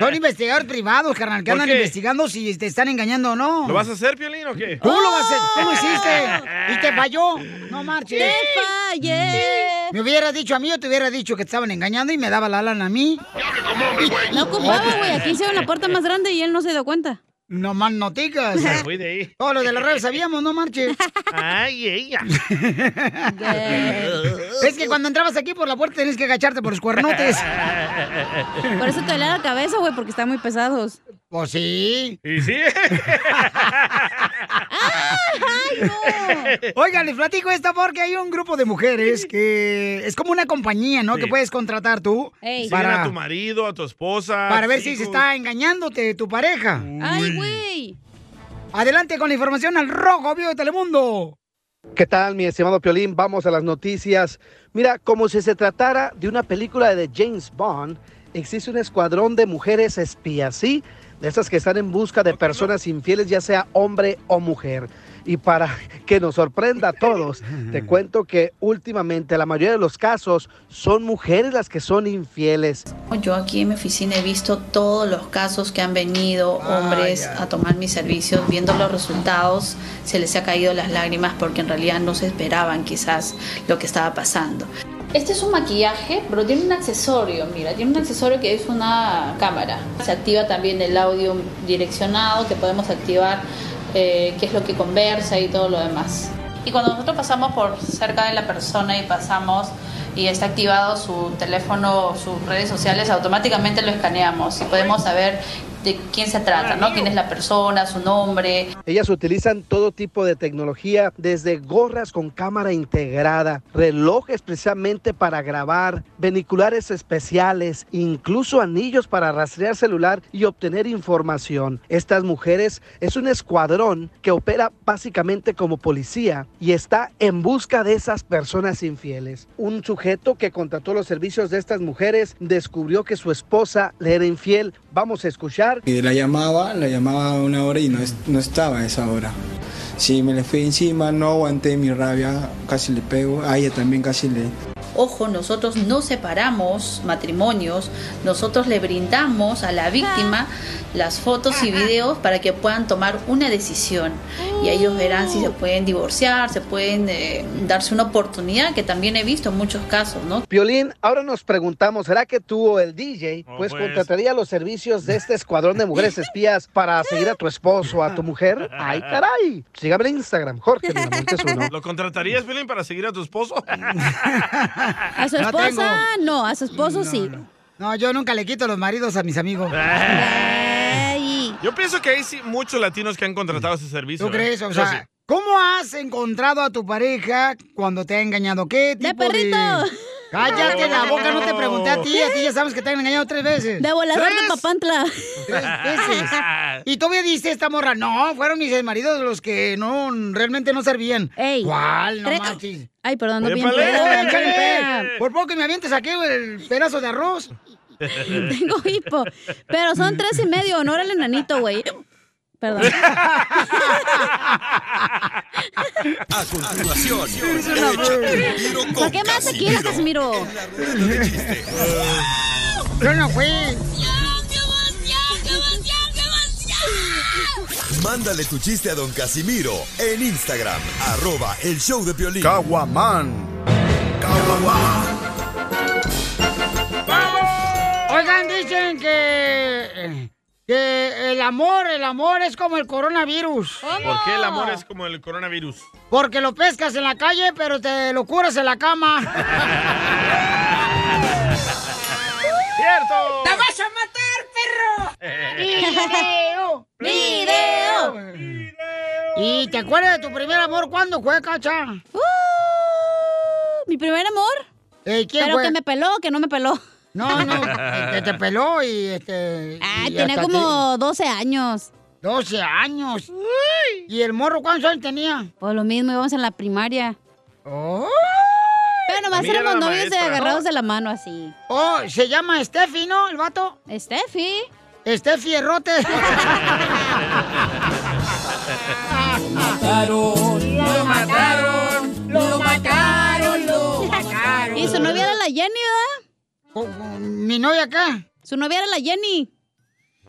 [SPEAKER 3] Son investigadores privados, carnal, que
[SPEAKER 2] ¿Por
[SPEAKER 3] andan
[SPEAKER 2] qué?
[SPEAKER 3] investigando si te están engañando o no.
[SPEAKER 2] ¿Lo vas a hacer, Piolín, o qué?
[SPEAKER 3] Tú lo vas a hacer, tú lo hiciste y te falló. No marches.
[SPEAKER 2] Te
[SPEAKER 3] fallé. Me hubiera dicho a mí, yo te hubiera dicho que te estaban engañando y me daba la lana a mí.
[SPEAKER 4] No ocupaba, güey. Aquí hicieron la puerta más grande y él no se dio cuenta.
[SPEAKER 3] No más noticas.
[SPEAKER 2] Me
[SPEAKER 4] *laughs*
[SPEAKER 2] fui de ahí.
[SPEAKER 3] Todo lo de la red sabíamos, no marches.
[SPEAKER 2] Ay,
[SPEAKER 3] *laughs*
[SPEAKER 2] ella.
[SPEAKER 3] es que cuando entrabas aquí por la puerta tenías que agacharte por los cuernotes.
[SPEAKER 4] *laughs* Por eso te duele la cabeza, güey, porque están muy pesados.
[SPEAKER 3] Pues sí.
[SPEAKER 2] ¿Y sí?
[SPEAKER 3] Oigan, les platico esta porque hay un grupo de mujeres que es como una compañía, ¿no?
[SPEAKER 2] Sí.
[SPEAKER 3] Que puedes contratar tú
[SPEAKER 2] Siguen
[SPEAKER 3] para,
[SPEAKER 2] a tu marido, a tu esposa.
[SPEAKER 3] para ver si se
[SPEAKER 2] hijos.
[SPEAKER 3] está engañándote tu pareja.
[SPEAKER 4] Ay, güey.
[SPEAKER 3] Adelante con la información al rojo, vivo de Telemundo.
[SPEAKER 6] ¿Qué tal, mi estimado Piolín? Vamos a las noticias. Mira, como si se tratara de una película de James Bond, existe un escuadrón de mujeres espías, ¿sí? De esas que están en busca de personas infieles, ya sea hombre o mujer. Y para *laughs* que nos sorprenda a todos, te cuento que últimamente la mayoría de los casos son mujeres las que son infieles.
[SPEAKER 16] Pues Yo aquí en mi oficina he visto todos los casos que han venido hombres a tomar mis servicios, viendo los resultados, se les ha caído las lágrimas porque en realidad no se esperaban quizás lo que estaba pasando. Este es un maquillaje, pero tiene un accesorio, mira, tiene un accesorio que es una cámara. Se activa también el audio direccionado, que podemos activar eh, qué es lo que conversa y todo lo demás. Y cuando nosotros pasamos por cerca de la persona y pasamos y está activado su teléfono, sus redes sociales, automáticamente lo escaneamos y podemos saber de quién se trata, ¿no? Quién es la persona, su nombre,
[SPEAKER 6] Ellas utilizan todo tipo de tecnología, desde gorras con cámara integrada, relojes precisamente para grabar, veniculares especiales, incluso anillos para rastrear celular y obtener información. Estas mujeres es un escuadrón que opera básicamente como policía y está en busca de esas personas infieles. Un sujeto que contrató los servicios de estas mujeres descubrió que su esposa le era infiel. Vamos a escuchar
[SPEAKER 12] Y la llamaba, la llamaba a una hora y no, es- no estaba a esa hora. Sí, me le fui encima, no aguanté mi rabia, casi le pego, a ella también casi le...
[SPEAKER 16] Ojo, nosotros no separamos matrimonios, nosotros le brindamos a la víctima las fotos y videos para que puedan tomar una decisión. y ellos verán si se pueden divorciar, se pueden eh, darse una oportunidad, que también he visto muchos casos, ¿no?
[SPEAKER 6] Piolín, ahora nos preguntamos, ¿será que tú o el DJ pues,
[SPEAKER 16] pues.
[SPEAKER 6] contrataría los servicios de este escuadrón de mujeres espías para seguir a tu esposo, a tu mujer? ¡Ay, caray! Sígame en Instagram, Jorge Miramontes uno.
[SPEAKER 2] ¿Lo contratarías, Piolín, para seguir a tu
[SPEAKER 3] *laughs*
[SPEAKER 2] esposo?
[SPEAKER 4] A su
[SPEAKER 3] No
[SPEAKER 4] esposa, no, a su esposo sí.
[SPEAKER 3] No, yo nunca le quito los maridos a mis amigos.
[SPEAKER 4] Eh,
[SPEAKER 2] Yo pienso que hay sí, muchos latinos que han contratado ese servicio.
[SPEAKER 3] ¿Tú
[SPEAKER 2] ¿eh?
[SPEAKER 3] crees? O
[SPEAKER 2] Yo
[SPEAKER 3] sea,
[SPEAKER 2] sí.
[SPEAKER 3] ¿cómo has encontrado a tu pareja cuando te ha engañado? ¿Qué tipo de...?
[SPEAKER 4] perrito!
[SPEAKER 3] Cállate
[SPEAKER 4] *laughs*
[SPEAKER 3] la boca, no te pregunté a ti, a ti ya sabes que te han engañado tres veces.
[SPEAKER 4] De volador de
[SPEAKER 3] ¿Tres?
[SPEAKER 4] papantla.
[SPEAKER 3] Tres veces. Y todavía dice esta morra, no, fueron mis maridos los que no, realmente no servían. ¿Cuál? No
[SPEAKER 4] Tres- *laughs*
[SPEAKER 3] manches.
[SPEAKER 4] Ay, perdón, no bien
[SPEAKER 3] Épale.
[SPEAKER 4] peda, ando
[SPEAKER 3] Échale,
[SPEAKER 4] bien
[SPEAKER 3] pe.
[SPEAKER 4] peda.
[SPEAKER 3] Por poco que me avientes aquí el pedazo de arroz.
[SPEAKER 4] Tengo hipo. Pero son tres y medio, honor al enanito, güey. Perdón.
[SPEAKER 5] A continuación, échate un tiro con
[SPEAKER 4] ¿Por qué más tequila, Casimiro?
[SPEAKER 3] Yo no fui.
[SPEAKER 5] Mándale tu chiste a don Casimiro en Instagram, arroba el show de violín.
[SPEAKER 3] Oigan, dicen que, que el amor, el amor es como el coronavirus.
[SPEAKER 2] ¿Por qué el amor es como el coronavirus?
[SPEAKER 3] Porque lo pescas en la calle, pero te lo curas en
[SPEAKER 2] *laughs*
[SPEAKER 3] la cama.
[SPEAKER 2] ¡Cierto!
[SPEAKER 8] ¡Te
[SPEAKER 3] *laughs*
[SPEAKER 8] vas a matar, perro!
[SPEAKER 3] ¡Video!
[SPEAKER 8] ¡Video!
[SPEAKER 3] ¿Y te acuerdas de tu primer amor cuándo fue, Cacha?
[SPEAKER 4] ¡Uh! ¿Mi primer amor?
[SPEAKER 3] ¿quién
[SPEAKER 4] Pero
[SPEAKER 3] fue?
[SPEAKER 4] que me peló, que no me peló.
[SPEAKER 3] No, no, que te peló y este...
[SPEAKER 4] Ah,
[SPEAKER 3] y
[SPEAKER 4] tenía
[SPEAKER 3] hasta
[SPEAKER 4] como
[SPEAKER 3] aquí.
[SPEAKER 4] 12 años.
[SPEAKER 3] 12 años. ¿Y el morro cuántos años tenía?
[SPEAKER 4] Pues lo mismo, íbamos en la primaria. Pero nomás
[SPEAKER 3] Amiga de
[SPEAKER 4] éramos
[SPEAKER 3] la
[SPEAKER 4] novios de
[SPEAKER 3] maestra.
[SPEAKER 4] agarrados de la mano así.
[SPEAKER 3] Oh, se llama Steffi, ¿no? El vato.
[SPEAKER 4] Steffi.
[SPEAKER 3] Steffi
[SPEAKER 8] *laughs*
[SPEAKER 3] Errote.
[SPEAKER 8] mataron! ¡Lo mataron! ¡Lo mataron! ¡Lo mataron!
[SPEAKER 4] *laughs* Y su novia era la Jenny, ¿verdad?
[SPEAKER 3] ¿Mi novia acá?
[SPEAKER 4] Su novia era la Jenny.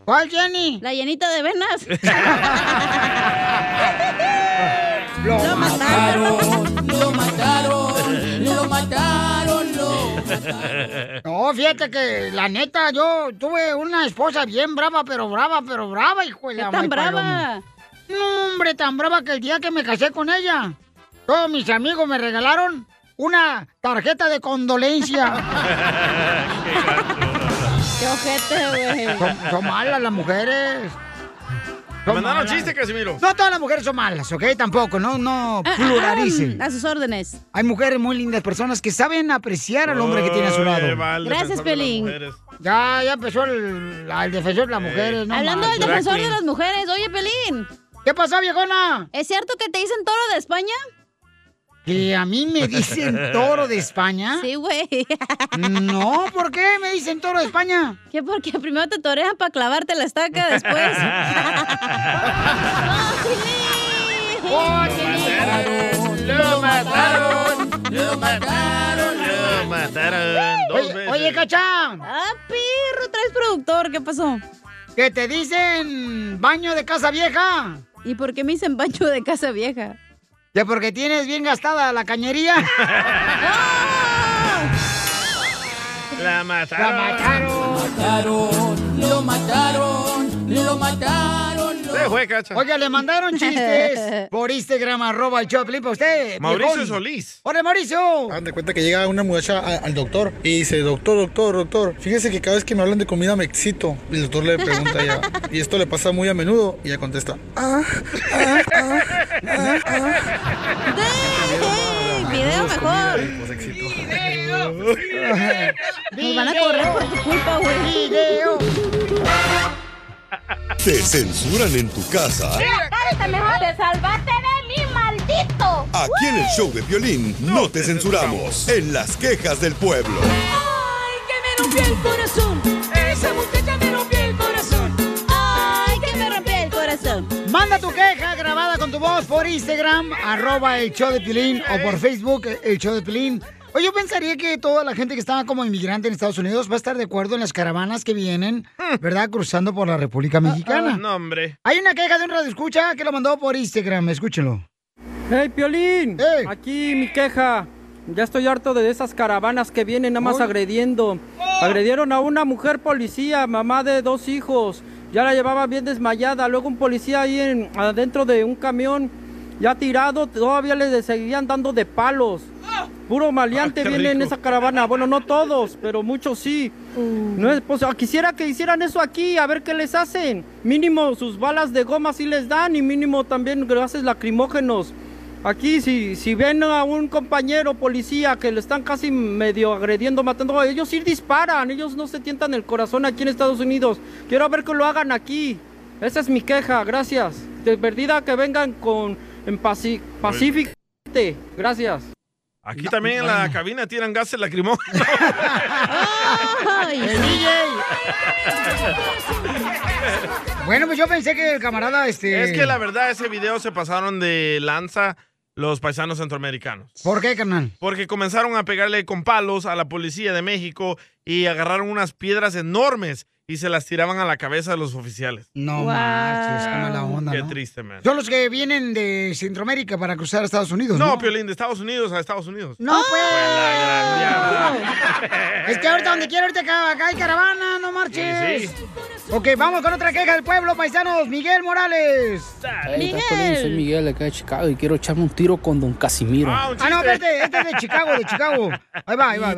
[SPEAKER 3] ¿Cuál Jenny?
[SPEAKER 4] La llenita
[SPEAKER 3] *laughs*
[SPEAKER 4] de venas.
[SPEAKER 8] ¡Lo mataron! ¡Lo mataron! *laughs* ¡Lo mataron! ¡Lo
[SPEAKER 3] No, fíjate que la neta, yo tuve una esposa bien brava, pero brava, pero brava, hijo de la
[SPEAKER 4] ¿Qué tan
[SPEAKER 3] may paloma.
[SPEAKER 4] brava?
[SPEAKER 3] No, hombre, tan brava que el día que me casé con ella, todos mis amigos me regalaron una tarjeta de
[SPEAKER 4] *laughs*
[SPEAKER 3] condolencia.
[SPEAKER 4] Qué ojete,
[SPEAKER 3] *laughs*
[SPEAKER 4] güey.
[SPEAKER 3] Son, son malas las mujeres. Son
[SPEAKER 2] Mandaron
[SPEAKER 3] malas.
[SPEAKER 2] chiste, Casimiro.
[SPEAKER 3] No todas las mujeres son malas, ¿ok? Tampoco, no, no,
[SPEAKER 4] Ah, ah,
[SPEAKER 3] pluralice.
[SPEAKER 4] A sus órdenes.
[SPEAKER 3] Hay mujeres muy lindas, personas que saben apreciar al hombre que tiene a su
[SPEAKER 2] Oye,
[SPEAKER 3] lado.
[SPEAKER 2] vale,
[SPEAKER 4] Gracias,
[SPEAKER 2] pensando en las
[SPEAKER 4] Pelín.
[SPEAKER 2] mujeres. Eh,
[SPEAKER 3] Ya, ya empezó el, al defensor de las mujeres, ¿no?
[SPEAKER 4] Hablando del
[SPEAKER 3] manches.
[SPEAKER 4] defensor de las mujeres, oye, Pelín.
[SPEAKER 3] ¿Qué pasó, viejona?
[SPEAKER 4] ¿Es cierto que te dicen toro de España?
[SPEAKER 3] ¿Que a mí
[SPEAKER 2] *laughs*
[SPEAKER 3] me dicen *laughs* toro de España?
[SPEAKER 4] Sí, güey.
[SPEAKER 3] *laughs* No, ¿por qué me dicen toro de España?
[SPEAKER 4] ¿Qué? Porque primero te torean para clavarte la estaca después.
[SPEAKER 8] ¡Lo mataron! ¡Lo mataron!
[SPEAKER 2] Lo mataron dos
[SPEAKER 3] Ah, Oye,
[SPEAKER 2] veces.
[SPEAKER 3] *laughs* oye, Cachán.
[SPEAKER 4] Ah, perro, traes productor, ¿qué pasó?
[SPEAKER 3] Que te dicen baño de casa vieja.
[SPEAKER 4] ¿Y por qué me dicen baño de casa vieja?
[SPEAKER 3] Ya porque tienes bien gastada la cañería. *laughs*
[SPEAKER 2] La mataron.
[SPEAKER 8] mataron! ¡Lo mataron! ¡Lo mataron! ¡Lo
[SPEAKER 3] Oiga, le mandaron
[SPEAKER 4] *laughs*
[SPEAKER 3] chistes por Instagram, arroba el Choplin para usted.
[SPEAKER 17] Mauricio
[SPEAKER 3] Solís. ¡Hola, Mauricio!
[SPEAKER 17] Hagan de cuenta que llega una muchacha a- al doctor y dice, doctor, doctor, doctor, fíjese que cada vez que me hablan de comida me excito. Y el doctor le pregunta
[SPEAKER 3] *laughs*
[SPEAKER 17] a ella, y esto le pasa muy a menudo, y ella contesta,
[SPEAKER 8] Ah, ah, ah, ah, ah.
[SPEAKER 4] video mejor.
[SPEAKER 17] Pues,
[SPEAKER 8] Nos van a correr por tu culpa, güey.
[SPEAKER 3] Video.
[SPEAKER 5] ¿Te censuran en tu casa?
[SPEAKER 8] párate mejor. Te salvaste de mí, maldito.
[SPEAKER 5] Aquí en el show de violín no te censuramos. En las quejas del pueblo.
[SPEAKER 8] Ay, que me rompió el corazón. Esa muchacha me rompió el corazón.
[SPEAKER 4] Ay, que me rompió el corazón.
[SPEAKER 3] Manda tu queja grabada con tu voz por Instagram, arroba el show de Pilín, o por Facebook, el show de Pilín. Oye, yo pensaría que toda la gente que está como inmigrante en Estados Unidos va a estar de acuerdo en las caravanas que vienen, ¿verdad? Cruzando por la República Mexicana.
[SPEAKER 2] Ah, No, hombre.
[SPEAKER 3] Hay una queja de un radioescucha que lo mandó por Instagram, escúchenlo.
[SPEAKER 18] ¡Hey, Piolín! Aquí mi queja. Ya estoy harto de esas caravanas que vienen nada más
[SPEAKER 19] Uy.
[SPEAKER 18] agrediendo. Agredieron a una mujer policía, mamá de dos hijos. Ya la llevaba bien desmayada. Luego un policía ahí en- adentro de un camión, ya tirado, todavía le seguían dando de palos. Puro maleante
[SPEAKER 20] Ah, qué
[SPEAKER 18] viene en
[SPEAKER 20] rico.
[SPEAKER 18] esa caravana. Bueno, no todos, pero muchos sí. No es pos- quisiera que hicieran eso aquí, a ver qué les hacen. Mínimo sus balas de goma sí les dan y mínimo también gases lacrimógenos. Aquí si, si ven a un compañero policía que le están casi medio agrediendo, matando, ellos sí disparan, ellos no se tientan el corazón aquí en Estados Unidos. Quiero ver que lo hagan aquí. Esa es mi queja, gracias. De perdida que vengan con en paci- pacíficamente. Gracias.
[SPEAKER 2] Aquí también en la cabina tiran gases lacrimógenos.
[SPEAKER 3] El DJ. *laughs* Bueno, pues yo pensé que el camarada, este...
[SPEAKER 2] Es que la verdad, ese video se pasaron de lanza los paisanos centroamericanos.
[SPEAKER 3] ¿Por qué, carnal?
[SPEAKER 2] Porque comenzaron a pegarle con palos a la policía de México y agarraron unas piedras enormes y se las tiraban a la cabeza de los oficiales.
[SPEAKER 3] No marches, qué mala onda,
[SPEAKER 2] Qué
[SPEAKER 3] ¿no?
[SPEAKER 2] triste, man.
[SPEAKER 3] Son los que vienen de Centroamérica para cruzar a Estados Unidos, ¿no?
[SPEAKER 2] No, Piolín, de Estados Unidos a Estados Unidos.
[SPEAKER 3] No, pues.
[SPEAKER 2] ¡Ah! la
[SPEAKER 3] Es que ahorita donde quiero, ahorita acá, acá hay caravana, no marches.
[SPEAKER 2] Sí, sí.
[SPEAKER 3] Ok, vamos con otra queja del pueblo, paisanos. Miguel Morales.
[SPEAKER 21] Hey, ¿qué tal, Piolín? Soy Miguel acá de Chicago y quiero echarme un tiro con Don Casimiro.
[SPEAKER 3] Ah, no, espérate, este es de Chicago, de Chicago. Ahí va, ahí va, ahí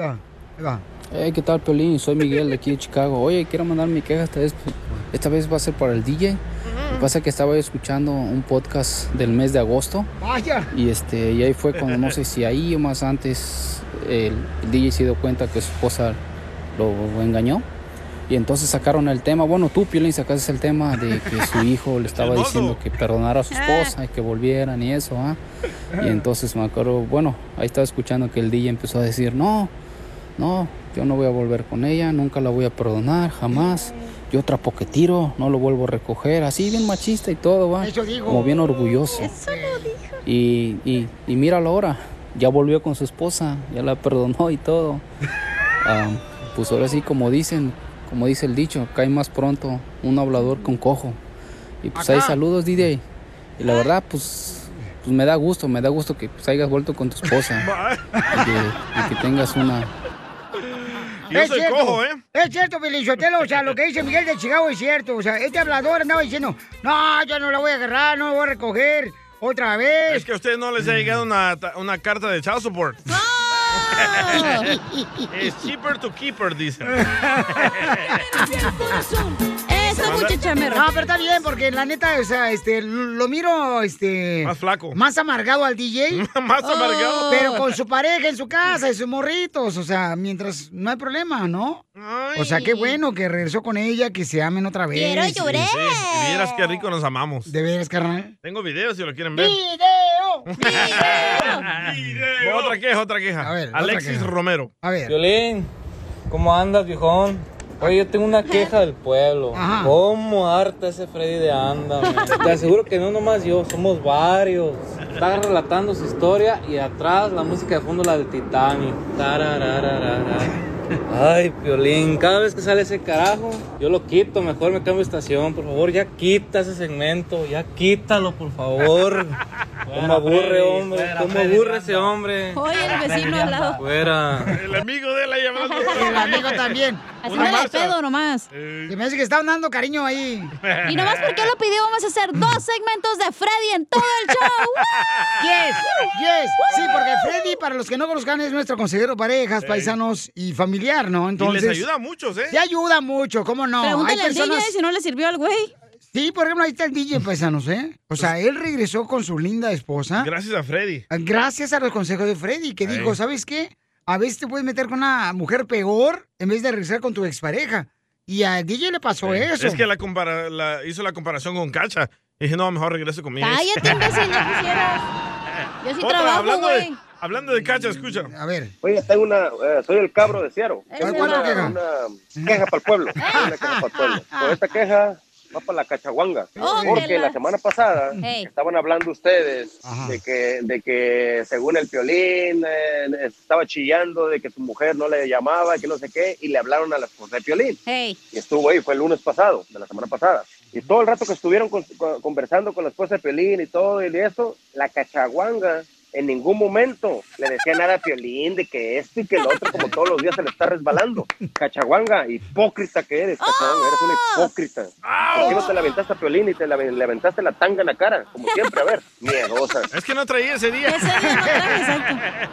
[SPEAKER 3] va.
[SPEAKER 21] Hey, ¿qué tal, Piolín? Soy Miguel de aquí de Chicago. Oye, quiero mandar mi queja esta vez. Esta vez va a ser para el DJ. Lo que pasa es que estaba yo escuchando un podcast del mes de agosto.
[SPEAKER 3] Vaya.
[SPEAKER 21] Y este, y ahí fue cuando no sé si ahí o más antes el DJ se dio cuenta que su esposa lo engañó. Y entonces sacaron el tema, bueno, tú, Piolín, sacaste el tema de que su hijo le estaba diciendo que perdonara a su esposa y que volvieran y eso, ¿ah? Y entonces me acuerdo, bueno, ahí estaba escuchando que el DJ empezó a decir, no, no, yo no voy a volver con ella, nunca la voy a perdonar, jamás. Yo trapo que tiro, no lo vuelvo a recoger, así bien machista y todo, va. Como bien orgulloso. Y, y, y míralo ahora, ya volvió con su esposa, ya la perdonó y todo. Am, pues ahora sí, como dicen, como dice el dicho, cae más pronto un hablador con cojo. Y pues ahí
[SPEAKER 22] Acá.
[SPEAKER 21] saludos, DJ. Y la verdad, pues, pues me da gusto, me da gusto que pues, hayas vuelto con tu esposa. y, que, y que tengas una...
[SPEAKER 2] Yo soy cojo, ¿eh?
[SPEAKER 3] Es cierto, Feliciotelo, o sea, lo que dice Miguel de Chicago es cierto. O sea, este hablador andaba diciendo, no, yo no la voy a agarrar, no la voy a recoger otra vez.
[SPEAKER 2] Es que a ustedes no les ha llegado una, ta- una carta de child support. *laughs* es cheaper to keeper,
[SPEAKER 3] *laughs*
[SPEAKER 2] dicen.
[SPEAKER 3] Eso,
[SPEAKER 2] muchachame.
[SPEAKER 3] No, pero está bien, porque la neta, o sea, este, lo miro, este... Más
[SPEAKER 2] flaco.
[SPEAKER 3] Más amargado al DJ.
[SPEAKER 2] *laughs* Más amargado.
[SPEAKER 3] Pero con su pareja en su casa y sus morritos, o sea, mientras no hay problema, ¿no? O sea, qué bueno que regresó con ella, que se amen otra vez.
[SPEAKER 2] Sí, sí. Y vieras qué rico nos amamos.
[SPEAKER 3] ¿De veras, carnal?
[SPEAKER 2] Tengo videos si lo quieren ver.
[SPEAKER 3] ¡Video!
[SPEAKER 2] *laughs* Otra queja, otra queja. Alexis Romero.
[SPEAKER 3] A ver.
[SPEAKER 23] Violín, ¿cómo andas, viejón? Oye, yo tengo una queja del pueblo.
[SPEAKER 3] Ajá.
[SPEAKER 23] ¿Cómo harta ese Freddy de anda? man? Te aseguro que no nomás yo, somos varios. Está relatando su historia y atrás la música de fondo la de Titanic. Tararararara. Ay, Piolín, cada vez que sale ese carajo, yo lo quito, mejor me cambio de estación, por favor, ya quita ese segmento, ya quítalo, por favor. ¿Cómo aburre, hombre? ¿Cómo aburre ese hombre?
[SPEAKER 4] Oye, el vecino al lado.
[SPEAKER 23] Fuera.
[SPEAKER 2] El amigo de la llamada.
[SPEAKER 3] El amigo también. Eh.
[SPEAKER 4] Haciéndole de pedo nomás.
[SPEAKER 3] Se me hace que están dando cariño ahí.
[SPEAKER 4] Y nomás porque lo pidió, vamos a hacer dos segmentos de Freddy en todo el show.
[SPEAKER 3] *laughs* Yes, yes. Sí, porque Freddy, para los que no conozcan, es nuestro consejero de parejas, paisanos y familiar, ¿no? Entonces.
[SPEAKER 2] y les ayuda a muchos, ¿eh?
[SPEAKER 3] Sí, ayuda mucho, ¿cómo no?
[SPEAKER 4] Pregúntale al DJ si
[SPEAKER 3] no le sirvió al güey. Sí, por ejemplo, ahí está el DJ, paisanos, ¿eh? O sea, él regresó con su linda esposa. Ah,
[SPEAKER 2] Gracias a Freddy.
[SPEAKER 3] Gracias a los consejos de Freddy, que
[SPEAKER 2] Ey.
[SPEAKER 3] dijo, ¿sabes qué? A veces te puedes meter con una mujer peor en vez de regresar con tu expareja. Y al DJ le pasó eso.
[SPEAKER 2] Es que la compara- la- hizo la comparación con Cacha. Y dije, no, mejor regreso conmigo.
[SPEAKER 4] Cállate, imbécil, no quisieras. Yo sí trabajo,
[SPEAKER 2] hablando,
[SPEAKER 4] güey.
[SPEAKER 2] de, hablando de Cacha, escucha.
[SPEAKER 3] A ver.
[SPEAKER 24] Oye, tengo una, eh, soy el cabro de Ciaro.
[SPEAKER 4] Ese
[SPEAKER 24] Tengo
[SPEAKER 4] va.
[SPEAKER 24] una, una queja para el pueblo. Una queja para el pueblo. Con esta queja va para la cachaguanga.
[SPEAKER 8] Oh,
[SPEAKER 24] porque
[SPEAKER 8] que la-
[SPEAKER 24] la semana pasada
[SPEAKER 8] Hey.
[SPEAKER 24] estaban hablando ustedes de que, de que según el Piolín eh, estaba chillando, de que su mujer no le llamaba, que no sé qué, y le hablaron a la esposa de Piolín.
[SPEAKER 4] Hey.
[SPEAKER 24] Y estuvo ahí, fue el lunes pasado, de la semana pasada. Y todo el rato que estuvieron con- con- conversando con la esposa de Piolín y todo y eso, la cachaguanga en ningún momento le decía nada a Piolín de que esto y que lo otro, como todos los días se le está resbalando. Cachaguanga, hipócrita que eres, cachaguanga, eres una hipócrita. ¿Por qué no te la aventaste a Piolín y te la, le aventaste la tanga en la cara? Como siempre, a ver, miedosa.
[SPEAKER 2] Es que no traía ese día.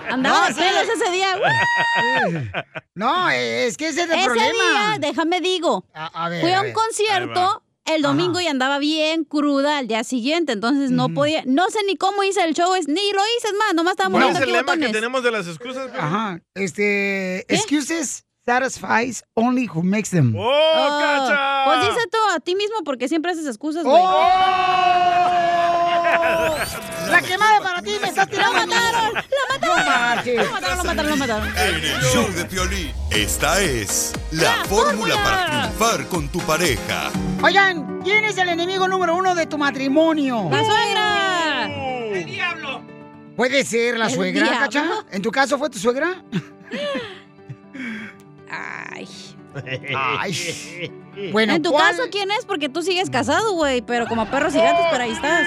[SPEAKER 4] Andaba
[SPEAKER 2] *laughs*
[SPEAKER 3] No,
[SPEAKER 4] no,
[SPEAKER 3] sí.
[SPEAKER 4] ese día.
[SPEAKER 3] *laughs* No, es que ese es el
[SPEAKER 4] ese
[SPEAKER 3] problema.
[SPEAKER 4] día, déjame digo.
[SPEAKER 3] A ver,
[SPEAKER 4] fui a
[SPEAKER 3] a
[SPEAKER 4] un
[SPEAKER 3] ver.
[SPEAKER 4] concierto el domingo y andaba bien cruda al día siguiente, entonces no podía, no sé ni cómo hice el show, es- ni lo hice, es más, nomás estaba
[SPEAKER 2] ¿Cuál es
[SPEAKER 4] moviendo
[SPEAKER 2] el
[SPEAKER 4] aquí
[SPEAKER 2] lema
[SPEAKER 4] botones.
[SPEAKER 2] que tenemos de las excusas? Piolín?
[SPEAKER 3] Ajá. Este, excuses satisfies only who makes them.
[SPEAKER 2] ¡Oh,
[SPEAKER 3] Cacha!
[SPEAKER 4] Pues dice tú a ti mismo porque siempre haces excusas, güey.
[SPEAKER 8] ¡Oh!
[SPEAKER 3] La quemada para ti me estás tirando.
[SPEAKER 4] ¡Lo mataron! ¡Lo mataron!
[SPEAKER 3] marches.
[SPEAKER 4] ¡Lo mataron, lo mataron, lo mataron!
[SPEAKER 5] En el show de Piolín. Esta es la, fórmula para triunfar con tu pareja.
[SPEAKER 3] Oigan, ¿quién es el enemigo número uno de tu matrimonio?
[SPEAKER 4] ¡La suegra!
[SPEAKER 3] ¡El diablo! Puede ser la
[SPEAKER 4] El
[SPEAKER 3] suegra,
[SPEAKER 4] diablo.
[SPEAKER 3] Cacha. ¿En tu caso fue tu suegra?
[SPEAKER 4] Ay.
[SPEAKER 3] Ay. Bueno,
[SPEAKER 4] en tu
[SPEAKER 3] ¿cuál-
[SPEAKER 4] caso, ¿quién es? Porque tú sigues casado, güey, pero como perros y gatos, pero ahí estás.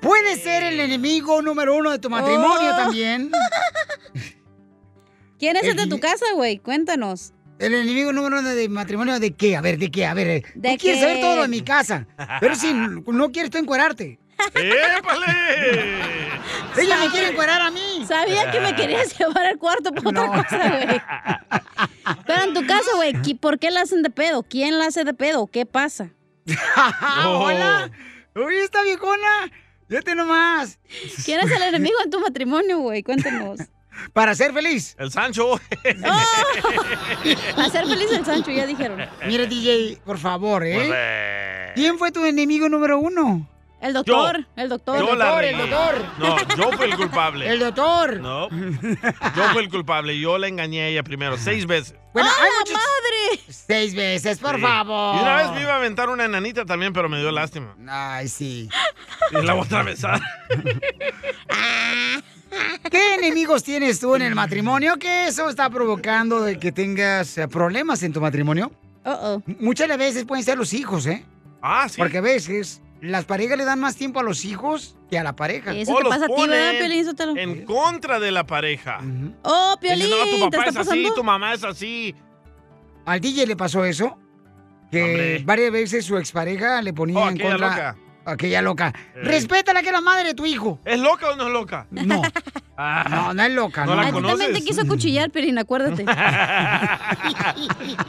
[SPEAKER 3] Puede ser el enemigo número uno de tu matrimonio
[SPEAKER 4] Oh. *laughs*
[SPEAKER 3] también.
[SPEAKER 4] ¿Quién es el de
[SPEAKER 3] El-
[SPEAKER 4] tu casa, güey? Cuéntanos.
[SPEAKER 3] El enemigo número uno de matrimonio de qué? A ver, de qué? A ver, eh,
[SPEAKER 4] ¿De
[SPEAKER 3] tú quieres
[SPEAKER 4] qué?
[SPEAKER 3] saber todo lo de mi casa. Pero si n- no quieres tú encuerarte.
[SPEAKER 2] pues. ¡Épale!
[SPEAKER 3] Ella me quiere encuerar a mí.
[SPEAKER 4] Sabía que
[SPEAKER 3] *laughs*
[SPEAKER 4] me querías llevar al cuarto por otra cosa, güey. Pero en tu caso, güey, ¿qui- ¿por qué la hacen de pedo? ¿Quién la hace de pedo? ¿Qué pasa?
[SPEAKER 3] Ah, *laughs* hola. Uy, esta viejona. Vete nomás.
[SPEAKER 4] ¿Quién es el enemigo en tu matrimonio, güey?
[SPEAKER 3] *laughs*
[SPEAKER 4] Cuéntanos.
[SPEAKER 3] Para ser feliz.
[SPEAKER 2] El Sancho.
[SPEAKER 4] A ser feliz el Sancho, ya dijeron.
[SPEAKER 3] Mire, DJ, por favor, ¿eh?
[SPEAKER 2] Pues,
[SPEAKER 3] ¿Quién fue tu enemigo número uno?
[SPEAKER 4] El doctor, el doctor.
[SPEAKER 2] Yo
[SPEAKER 4] el
[SPEAKER 2] la
[SPEAKER 4] doctor,
[SPEAKER 2] regué.
[SPEAKER 4] el doctor.
[SPEAKER 2] No, yo fui el culpable.
[SPEAKER 3] El doctor.
[SPEAKER 2] No. Yo fui el culpable. Yo la engañé a ella primero, seis veces.
[SPEAKER 3] Bueno, hay
[SPEAKER 4] ¡Ah, la
[SPEAKER 3] muchos-
[SPEAKER 4] madre!
[SPEAKER 3] Seis veces, por
[SPEAKER 2] Sí.
[SPEAKER 3] favor.
[SPEAKER 2] Y una vez me iba a aventar una enanita también, pero me dio lástima.
[SPEAKER 3] Ay, sí.
[SPEAKER 2] Y la ah. voy a atravesar.
[SPEAKER 3] ¿Qué enemigos tienes tú en el matrimonio? ¿Qué eso está provocando de que tengas eh, problemas en tu matrimonio? M- Muchas de las veces pueden ser los hijos, ¿eh?
[SPEAKER 2] Ah, sí.
[SPEAKER 3] Porque a veces las parejas le dan más tiempo a los hijos que a la pareja.
[SPEAKER 2] O los ponen En contra de la pareja.
[SPEAKER 4] Oh,
[SPEAKER 2] Dicen, no, tu
[SPEAKER 3] Piolín, ¿te
[SPEAKER 2] papá
[SPEAKER 3] está
[SPEAKER 2] es así,
[SPEAKER 3] pasando?
[SPEAKER 2] tu mamá es así.
[SPEAKER 3] Al DJ le pasó eso. Que varias veces su expareja le ponía
[SPEAKER 2] Oh,
[SPEAKER 3] en
[SPEAKER 2] aquella
[SPEAKER 3] contra.
[SPEAKER 2] loca.
[SPEAKER 3] Aquella loca.
[SPEAKER 2] Eh.
[SPEAKER 3] Respétala que es la madre de tu hijo.
[SPEAKER 2] ¿Es loca o no es loca?
[SPEAKER 3] No. No, no es loca.
[SPEAKER 2] Ah. ¿No la
[SPEAKER 4] A ti también te
[SPEAKER 2] conoces?
[SPEAKER 4] quiso cuchillar,
[SPEAKER 3] *laughs*
[SPEAKER 4] Piolín, acuérdate.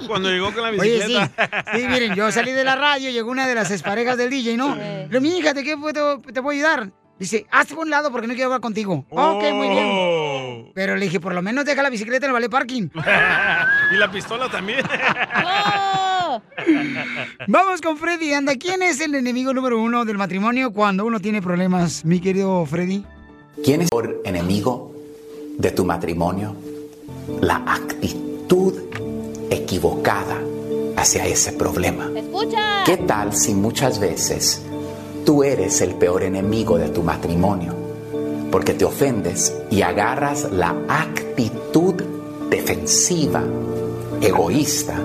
[SPEAKER 2] Cuando llegó con la
[SPEAKER 3] Oye, sí,
[SPEAKER 2] bicicleta.
[SPEAKER 3] sí, miren, yo salí de la radio, llegó una de las exparejas del DJ, ¿no? Le digo, mi hija, ¿de qué puedo, te puedo ayudar? Dice, hazte por un lado porque no quiero hablar contigo. Ok, muy bien.
[SPEAKER 2] Oh.
[SPEAKER 3] Pero le dije, por lo menos deja la bicicleta en el ballet parking.
[SPEAKER 2] *laughs* y la pistola también.
[SPEAKER 3] *laughs*
[SPEAKER 2] *laughs*
[SPEAKER 3] Vamos con Freddy, anda, ¿quién es el enemigo número uno del matrimonio cuando uno tiene problemas, mi querido Freddy?
[SPEAKER 1] ¿Quién es el enemigo de tu matrimonio? La actitud equivocada hacia ese problema.
[SPEAKER 4] Escucha.
[SPEAKER 1] ¿Qué tal si muchas veces tú eres el peor enemigo de tu matrimonio? Porque te ofendes y agarras la actitud defensiva, egoísta,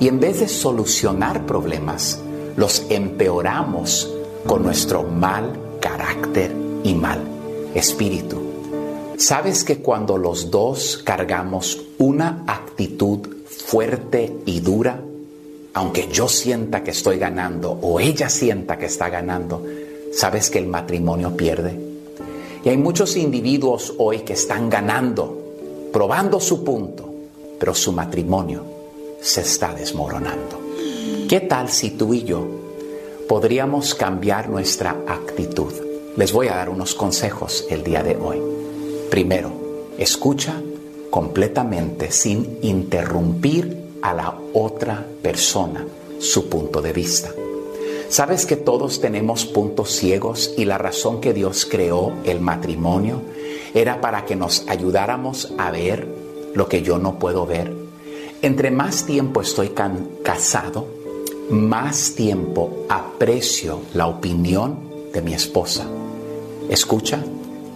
[SPEAKER 1] y en vez de solucionar problemas, los empeoramos con nuestro mal carácter y mal espíritu. ¿Sabes que cuando los dos cargamos una actitud fuerte y dura, aunque yo sienta que estoy ganando o ella sienta que está ganando, sabes que el matrimonio pierde? Y hay muchos individuos hoy que están ganando, probando su punto, pero su matrimonio se está desmoronando. ¿Qué tal si tú y yo podríamos cambiar nuestra actitud? Les voy a dar unos consejos el día de hoy. Primero, escucha completamente sin interrumpir a la otra persona su punto de vista. Sabes que todos tenemos puntos ciegos y la razón que Dios creó el matrimonio era para que nos ayudáramos a ver lo que yo no puedo ver. Entre más tiempo estoy can- casado, más tiempo aprecio la opinión de mi esposa. Escucha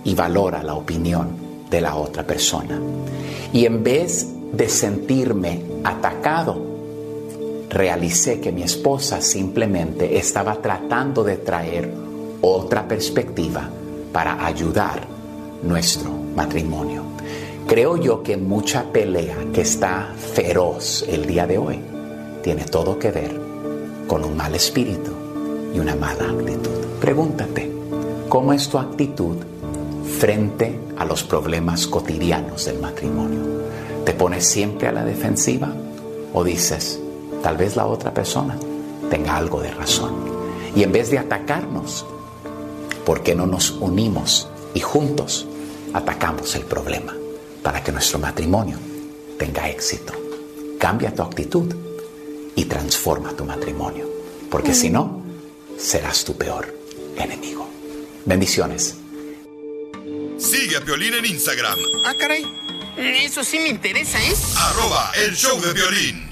[SPEAKER 1] y valora la opinión de la otra persona. Y en vez de sentirme atacado, realicé que mi esposa simplemente estaba tratando de traer otra perspectiva para ayudar nuestro matrimonio. Creo yo que mucha pelea que está feroz el día de hoy tiene todo que ver con un mal espíritu y una mala actitud. Pregúntate, ¿cómo es tu actitud frente a los problemas cotidianos del matrimonio? ¿Te pones siempre a la defensiva o dices, tal vez la otra persona tenga algo de razón? Y en vez de atacarnos, ¿por qué no nos unimos y juntos atacamos el problema para que nuestro matrimonio tenga éxito? Cambia tu actitud y transforma tu matrimonio, porque si no, serás tu peor enemigo. Bendiciones.
[SPEAKER 5] Sigue a Violín en Instagram.
[SPEAKER 9] Ah, caray.
[SPEAKER 15] Mm,
[SPEAKER 9] Eso sí me interesa, ¿eh?
[SPEAKER 5] Arroba el show de violín.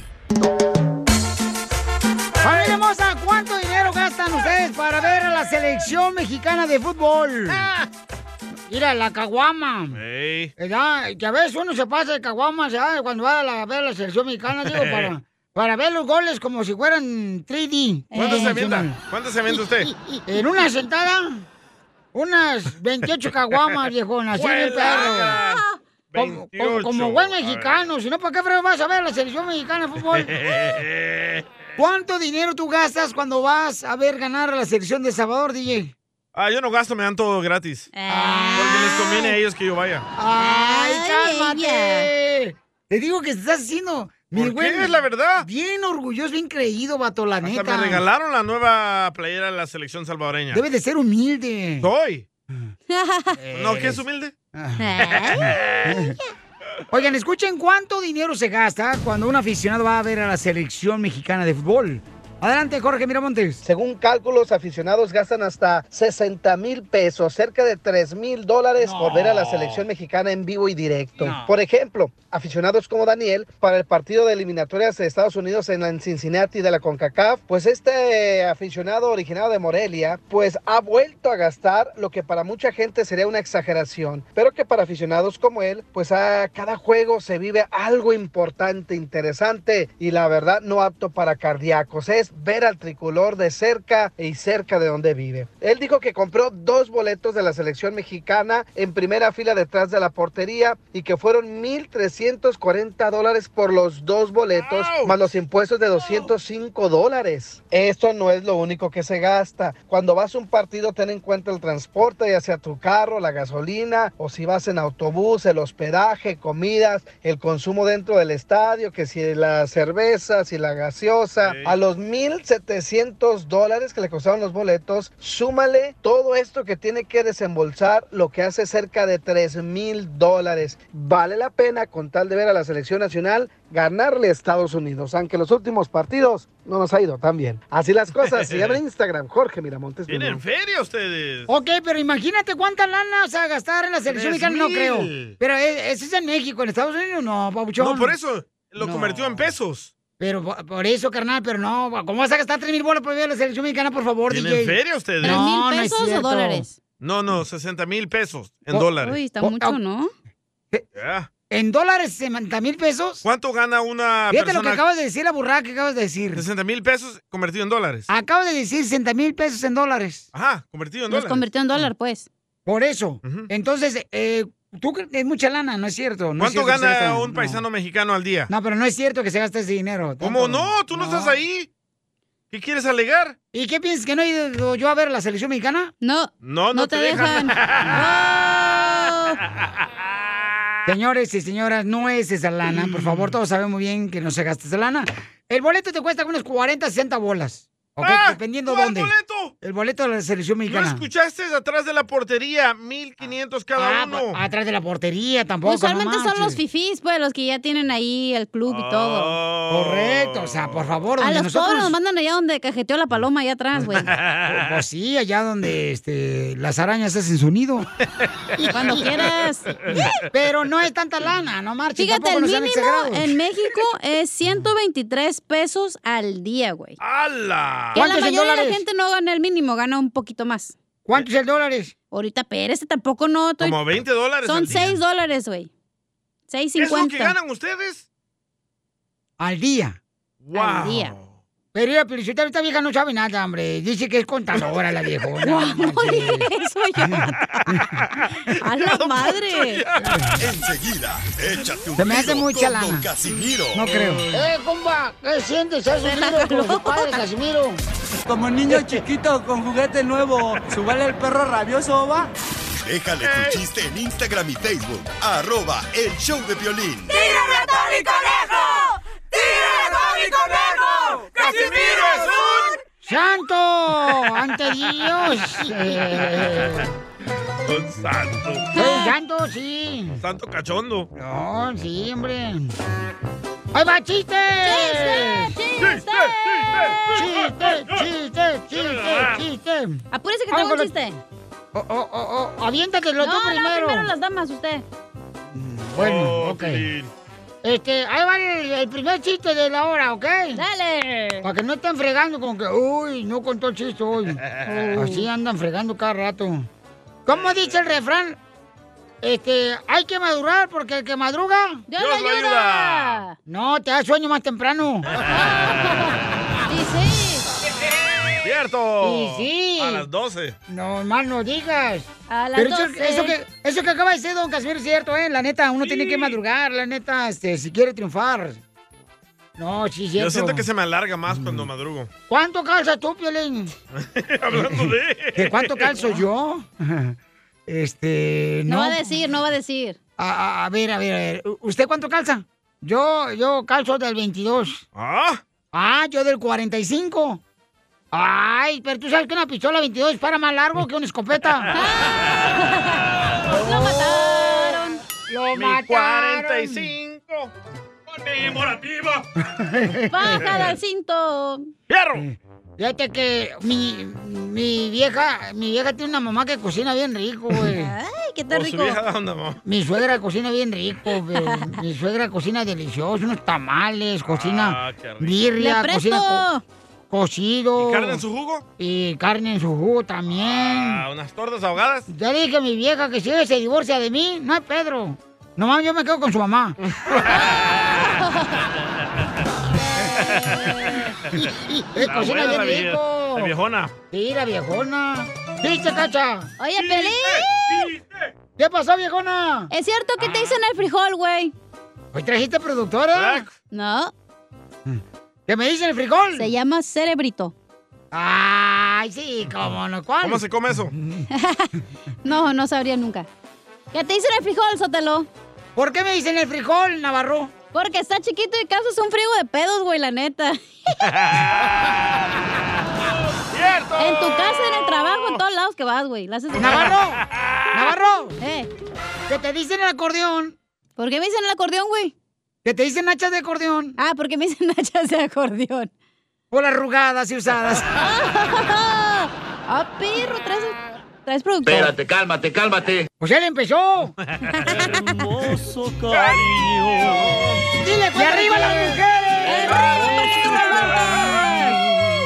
[SPEAKER 3] Familia hermosa, ¿cuánto dinero gastan ustedes para ver a la selección mexicana de fútbol?
[SPEAKER 2] *laughs*
[SPEAKER 3] Mira, la caguama. ¿Verdad? Que a veces uno se pasa de caguama, ¿sabes? Cuando va a, la- a ver la selección
[SPEAKER 2] *laughs*
[SPEAKER 3] mexicana, digo, para, para ver los goles como si fueran 3D.
[SPEAKER 2] ¿Cuánto
[SPEAKER 3] Eh,
[SPEAKER 2] se avienta?
[SPEAKER 3] sí,
[SPEAKER 2] ¿Cuánto se avienta usted?
[SPEAKER 3] *laughs* En una sentada, unas 28 caguamas, viejón, así el
[SPEAKER 2] ¡Juela!
[SPEAKER 3] perro. Como, como- como
[SPEAKER 2] 28,
[SPEAKER 3] buen
[SPEAKER 2] a ver.
[SPEAKER 3] mexicano, si no, ¿para qué frego vas a ver la selección mexicana de
[SPEAKER 2] *laughs*
[SPEAKER 3] fútbol? *laughs* ¿Cuánto dinero tú gastas cuando vas a ver ganar a la selección de Salvador, DJ?
[SPEAKER 2] Ah, yo no gasto, me dan todo gratis. Porque les conviene a ellos que yo vaya.
[SPEAKER 3] ¡Ay, cálmate! Te digo que estás haciendo. mi
[SPEAKER 2] ¿Por
[SPEAKER 3] güey,
[SPEAKER 2] qué? Es la verdad.
[SPEAKER 3] Bien orgulloso, bien creído, vato, la
[SPEAKER 2] Hasta
[SPEAKER 3] neta.
[SPEAKER 2] me regalaron la nueva playera de la selección salvadoreña.
[SPEAKER 3] Debes de ser humilde. *laughs*
[SPEAKER 2] Soy. No,
[SPEAKER 3] Pues.
[SPEAKER 2] ¿qué es humilde?
[SPEAKER 3] ¿Eh? Oigan, escuchen cuánto dinero se gasta cuando un aficionado va a ver a la selección mexicana de fútbol. Adelante, Jorge Miramontes.
[SPEAKER 6] Según cálculos, aficionados gastan hasta 60 mil pesos, cerca de 3 mil dólares por ver a la selección mexicana en vivo y directo. Por ejemplo, aficionados como Daniel para el partido de eliminatorias de Estados Unidos en en Cincinnati de la CONCACAF, pues este aficionado originado de Morelia, pues ha vuelto a gastar lo que para mucha gente sería una exageración, pero que para aficionados como él, pues a cada juego se vive algo importante, interesante y la verdad no apto para cardíacos, es ver al tricolor de cerca y cerca de donde vive. Él dijo que compró dos boletos de la selección mexicana en primera fila detrás de la portería y que fueron 1.340 dólares por los dos boletos, más los impuestos de 205 dólares. Esto no es lo único que se gasta. Cuando vas a un partido, ten en cuenta el transporte, ya sea tu carro, la gasolina, o si vas en autobús, el hospedaje, comidas, el consumo dentro del estadio, que si la cerveza, si la gaseosa, a los 1.700 dólares que le costaron los boletos, súmale todo esto que tiene que desembolsar, lo que hace cerca de 3.000 dólares. Vale la pena con tal de ver a la selección nacional ganarle a Estados Unidos, aunque los últimos partidos no nos ha ido tan bien. Así las cosas, síganme en Instagram, Jorge Miramontes. mi
[SPEAKER 2] ¿Tienen
[SPEAKER 6] nombre.
[SPEAKER 2] feria ustedes?
[SPEAKER 3] Ok, pero imagínate cuántas lanas a gastar en la selección
[SPEAKER 2] Tres
[SPEAKER 3] mexicana, no
[SPEAKER 2] mil.
[SPEAKER 3] creo. Pero eh, eso es en México, en Estados Unidos no, papuchón.
[SPEAKER 2] No, por eso lo
[SPEAKER 3] No.
[SPEAKER 2] convirtió en pesos.
[SPEAKER 3] Pero po- por eso, carnal, pero no, ¿cómo vas a gastar 3 mil bolas para ver a la selección mexicana, por favor,
[SPEAKER 2] ¿Tienen
[SPEAKER 3] DJ?
[SPEAKER 2] feria ustedes?
[SPEAKER 3] No, no es cierto.
[SPEAKER 2] No, no, 60 mil pesos en
[SPEAKER 3] Oh,
[SPEAKER 2] dólares.
[SPEAKER 3] uy, está Oh, mucho, oh. ¿no?
[SPEAKER 2] Ya.
[SPEAKER 3] ¿En dólares 60 mil pesos?
[SPEAKER 2] ¿Cuánto gana una
[SPEAKER 3] Fíjate lo que
[SPEAKER 2] persona-
[SPEAKER 3] acabas de decir, la burrada que acabas de decir.
[SPEAKER 2] 60 mil pesos convertido en dólares.
[SPEAKER 3] Acabas de decir 60 mil pesos en dólares.
[SPEAKER 2] Ajá, convertido en
[SPEAKER 3] Los
[SPEAKER 2] dólares.
[SPEAKER 3] convirtió en dólar, pues. Por eso. Entonces, eh, tú cre- es mucha lana, no es cierto. No es
[SPEAKER 2] ¿Cuánto
[SPEAKER 3] cierto que se
[SPEAKER 2] gana
[SPEAKER 3] gasta-
[SPEAKER 2] un paisano mexicano al día?
[SPEAKER 3] No, pero no es cierto que se gaste ese dinero.
[SPEAKER 2] ¿Cómo no? Tú no, estás ahí. ¿Qué quieres alegar?
[SPEAKER 3] ¿Y qué piensas? ¿Que no he ido yo a ver a la selección mexicana?
[SPEAKER 4] No.
[SPEAKER 2] No, no, te, dejan. *laughs*
[SPEAKER 3] Señores y señoras, no es esa lana. Por favor, todos sabemos bien que no se gasta esa lana. El boleto te cuesta unos 40, 60 bolas. ¿Ok? Ok, dependiendo
[SPEAKER 2] Ah, ¿Cuál
[SPEAKER 3] dónde.
[SPEAKER 2] boleto?
[SPEAKER 3] El boleto de la selección
[SPEAKER 2] ¿No
[SPEAKER 3] mexicana.
[SPEAKER 2] escuchaste atrás de la portería? 1500 cada
[SPEAKER 3] Ah,
[SPEAKER 2] uno.
[SPEAKER 3] pa- atrás de la portería tampoco.
[SPEAKER 4] Pues, Usualmente
[SPEAKER 3] no
[SPEAKER 4] son los
[SPEAKER 3] marches.
[SPEAKER 4] fifís, pues, los que ya tienen ahí el club y todo.
[SPEAKER 3] Oh. Correcto, o sea, por favor,
[SPEAKER 4] A
[SPEAKER 3] donde
[SPEAKER 4] los
[SPEAKER 3] nosotros.
[SPEAKER 4] pobres nos mandan allá donde cajeteó la paloma allá atrás, güey.
[SPEAKER 3] *laughs* Pues sí, allá donde este, las arañas hacen su nido.
[SPEAKER 4] Cuando quieras.
[SPEAKER 3] *laughs* Pero no es tanta lana, no marches.
[SPEAKER 4] Fíjate, el
[SPEAKER 3] tampoco no sean
[SPEAKER 4] mínimo
[SPEAKER 3] exagerados.
[SPEAKER 4] en México es 123 pesos al día, güey.
[SPEAKER 2] ¡Hala!
[SPEAKER 4] Que la mayoría de la gente no gana el mínimo, gana un poquito más.
[SPEAKER 3] ¿Cuántos el dólares?
[SPEAKER 4] Ahorita, pero este tampoco no. estoy-
[SPEAKER 2] Como 20 dólares
[SPEAKER 4] Son
[SPEAKER 2] al día.
[SPEAKER 4] 6 dólares, güey. 6.50.
[SPEAKER 2] ¿Es lo que ganan ustedes?
[SPEAKER 3] Al día.
[SPEAKER 4] Al día.
[SPEAKER 3] Pero la publicidad, esta vieja no sabe nada, hombre. Dice que es contadora la vieja.
[SPEAKER 4] *laughs* No dije eso yo. A la madre.
[SPEAKER 5] Enseguida, échate un
[SPEAKER 3] Se me hace
[SPEAKER 5] tiro
[SPEAKER 3] mucha
[SPEAKER 5] con Don
[SPEAKER 3] lana.
[SPEAKER 5] Casimiro.
[SPEAKER 3] No creo.
[SPEAKER 10] ¡Eh, compa! ¿Qué sientes? ¿Has un tiro con su padre, Casimiro?
[SPEAKER 19] Como niño chiquito con juguete nuevo, subale el perro rabioso, va.
[SPEAKER 5] Déjale tu chiste en Instagram y Facebook. Arroba el show de violín.
[SPEAKER 8] ratón y conejo! ¡Tira ratón y conejo! ¡Casimiro es un...
[SPEAKER 3] ¡Santo! ¡Ante Dios!
[SPEAKER 4] *laughs*
[SPEAKER 3] Eh,
[SPEAKER 2] Un santo.
[SPEAKER 3] soy santo, sí.
[SPEAKER 2] Un santo cachondo.
[SPEAKER 3] No, sí, hombre. ¡Ahí va, chiste!
[SPEAKER 4] ¡Chiste, chiste!
[SPEAKER 3] ¡Chiste, chiste, chiste, chiste!
[SPEAKER 4] Apúrese que tengo un chiste.
[SPEAKER 3] Oh, oh, oh, oh, aviéntatelo
[SPEAKER 4] no,
[SPEAKER 3] tú
[SPEAKER 4] No,
[SPEAKER 3] primero.
[SPEAKER 4] primero las damas, usted.
[SPEAKER 3] Bueno,
[SPEAKER 5] Oh,
[SPEAKER 3] ok. Este, ahí va el, el primer chiste de la hora, ¿ok?
[SPEAKER 4] Dale.
[SPEAKER 3] Para que no estén fregando como que, uy, no contó el chiste hoy.
[SPEAKER 4] Oh.
[SPEAKER 3] Así andan fregando cada rato. ¿Cómo dice el refrán? Este, hay que madurar porque el que madruga...
[SPEAKER 4] Dios lo ayuda. ayuda.
[SPEAKER 3] No, te da sueño más
[SPEAKER 2] *laughs*
[SPEAKER 3] temprano.
[SPEAKER 4] sí.
[SPEAKER 2] ¡Cierto!
[SPEAKER 3] Y sí.
[SPEAKER 2] A las 12.
[SPEAKER 3] No, más no digas.
[SPEAKER 4] A las
[SPEAKER 3] Pero eso,
[SPEAKER 4] 12.
[SPEAKER 3] eso que, eso que acaba de decir don Casimiro es cierto, ¿eh? La neta, uno tiene que madrugar, la neta, este, si quiere triunfar. No, sí, cierto.
[SPEAKER 2] Yo
[SPEAKER 3] Mm.
[SPEAKER 2] siento que se me alarga más cuando madrugo.
[SPEAKER 3] ¿Cuánto calzas tú, Piolín?
[SPEAKER 2] *laughs* Hablando de...
[SPEAKER 3] ¿De cuánto calzo yo? *laughs* Este,
[SPEAKER 4] No
[SPEAKER 3] no.
[SPEAKER 4] va a decir, no va a decir.
[SPEAKER 3] A, a- a ver, a ver, a ver. ¿U- ¿Usted cuánto calza? Yo, yo calzo del 22.
[SPEAKER 2] ¿Ah?
[SPEAKER 3] Ah, yo del 45. Ay, pero tú sabes que una pistola 22 para más largo que una
[SPEAKER 4] *laughs* ¡Ah!
[SPEAKER 3] escopeta.
[SPEAKER 4] Lo mataron.
[SPEAKER 3] Lo
[SPEAKER 2] Mi
[SPEAKER 3] mataron.
[SPEAKER 2] 45. Conmemorativa.
[SPEAKER 4] Baja del cinto.
[SPEAKER 3] Eh,
[SPEAKER 2] ¡Fierro!
[SPEAKER 3] Fíjate que mi, mi vieja, mi vieja tiene una mamá que cocina bien rico, güey.
[SPEAKER 4] *laughs* Ay, qué
[SPEAKER 2] Por Oh, su vieja onda, mamá.
[SPEAKER 3] Mi suegra cocina bien rico, pero mi suegra cocina delicioso, unos tamales, cocina
[SPEAKER 2] Ah, qué rico.
[SPEAKER 3] birria,
[SPEAKER 2] ¡Le presto!
[SPEAKER 3] cocina co- cocido.
[SPEAKER 2] ¿Y carne en su jugo?
[SPEAKER 3] Y carne en su jugo también.
[SPEAKER 2] Ah, unas tortas ahogadas.
[SPEAKER 3] Ya dije a mi vieja que si ella se divorcia de mí, no es Pedro. Nomás yo me quedo con
[SPEAKER 2] *laughs*
[SPEAKER 3] su mamá. Eh,
[SPEAKER 2] La
[SPEAKER 3] cocina
[SPEAKER 2] abuela,
[SPEAKER 3] bien
[SPEAKER 2] la vie-
[SPEAKER 3] rico.
[SPEAKER 2] La viejona.
[SPEAKER 3] Sí, la viejona. ¿Viste, Cacha?
[SPEAKER 4] Oye, Pelín.
[SPEAKER 3] ¿Qué pasó, viejona?
[SPEAKER 4] Es cierto que te dicen el frijol, güey.
[SPEAKER 3] ¿Hoy trajiste productora? Mm.
[SPEAKER 4] No.
[SPEAKER 3] ¿Qué me dicen el frijol?
[SPEAKER 4] Se llama cerebrito.
[SPEAKER 3] Ay, sí, cómo no, ¿cuál? Mm.
[SPEAKER 2] ¿Cómo se come eso?
[SPEAKER 4] No, no sabría nunca. ¿Qué te dicen el frijol, Sotelo?
[SPEAKER 3] ¿Por qué me dicen el frijol, Navarro?
[SPEAKER 4] Porque está chiquito y causas un friego de pedos, güey, la neta.
[SPEAKER 2] ¡Cierto!
[SPEAKER 4] En tu casa, en el trabajo, en todos lados que vas, güey. La haces de-
[SPEAKER 3] ¡Navarro! ¡Navarro!
[SPEAKER 4] ¿Eh?
[SPEAKER 3] ¿Qué te dicen el acordeón?
[SPEAKER 4] ¿Por qué me dicen el acordeón, güey?
[SPEAKER 3] ¿Qué te dicen hachas de acordeón?
[SPEAKER 4] Ah, porque me dicen *laughs* hachas de acordeón.
[SPEAKER 3] Por arrugadas y
[SPEAKER 4] *laughs*
[SPEAKER 3] usadas.
[SPEAKER 4] ¡Ah, perro! Traes, traes productor.
[SPEAKER 7] cálmate, cálmate.
[SPEAKER 3] Pues él empezó.
[SPEAKER 7] Hermoso cariño.
[SPEAKER 3] Dile,
[SPEAKER 7] ¡Y arriba las mujeres!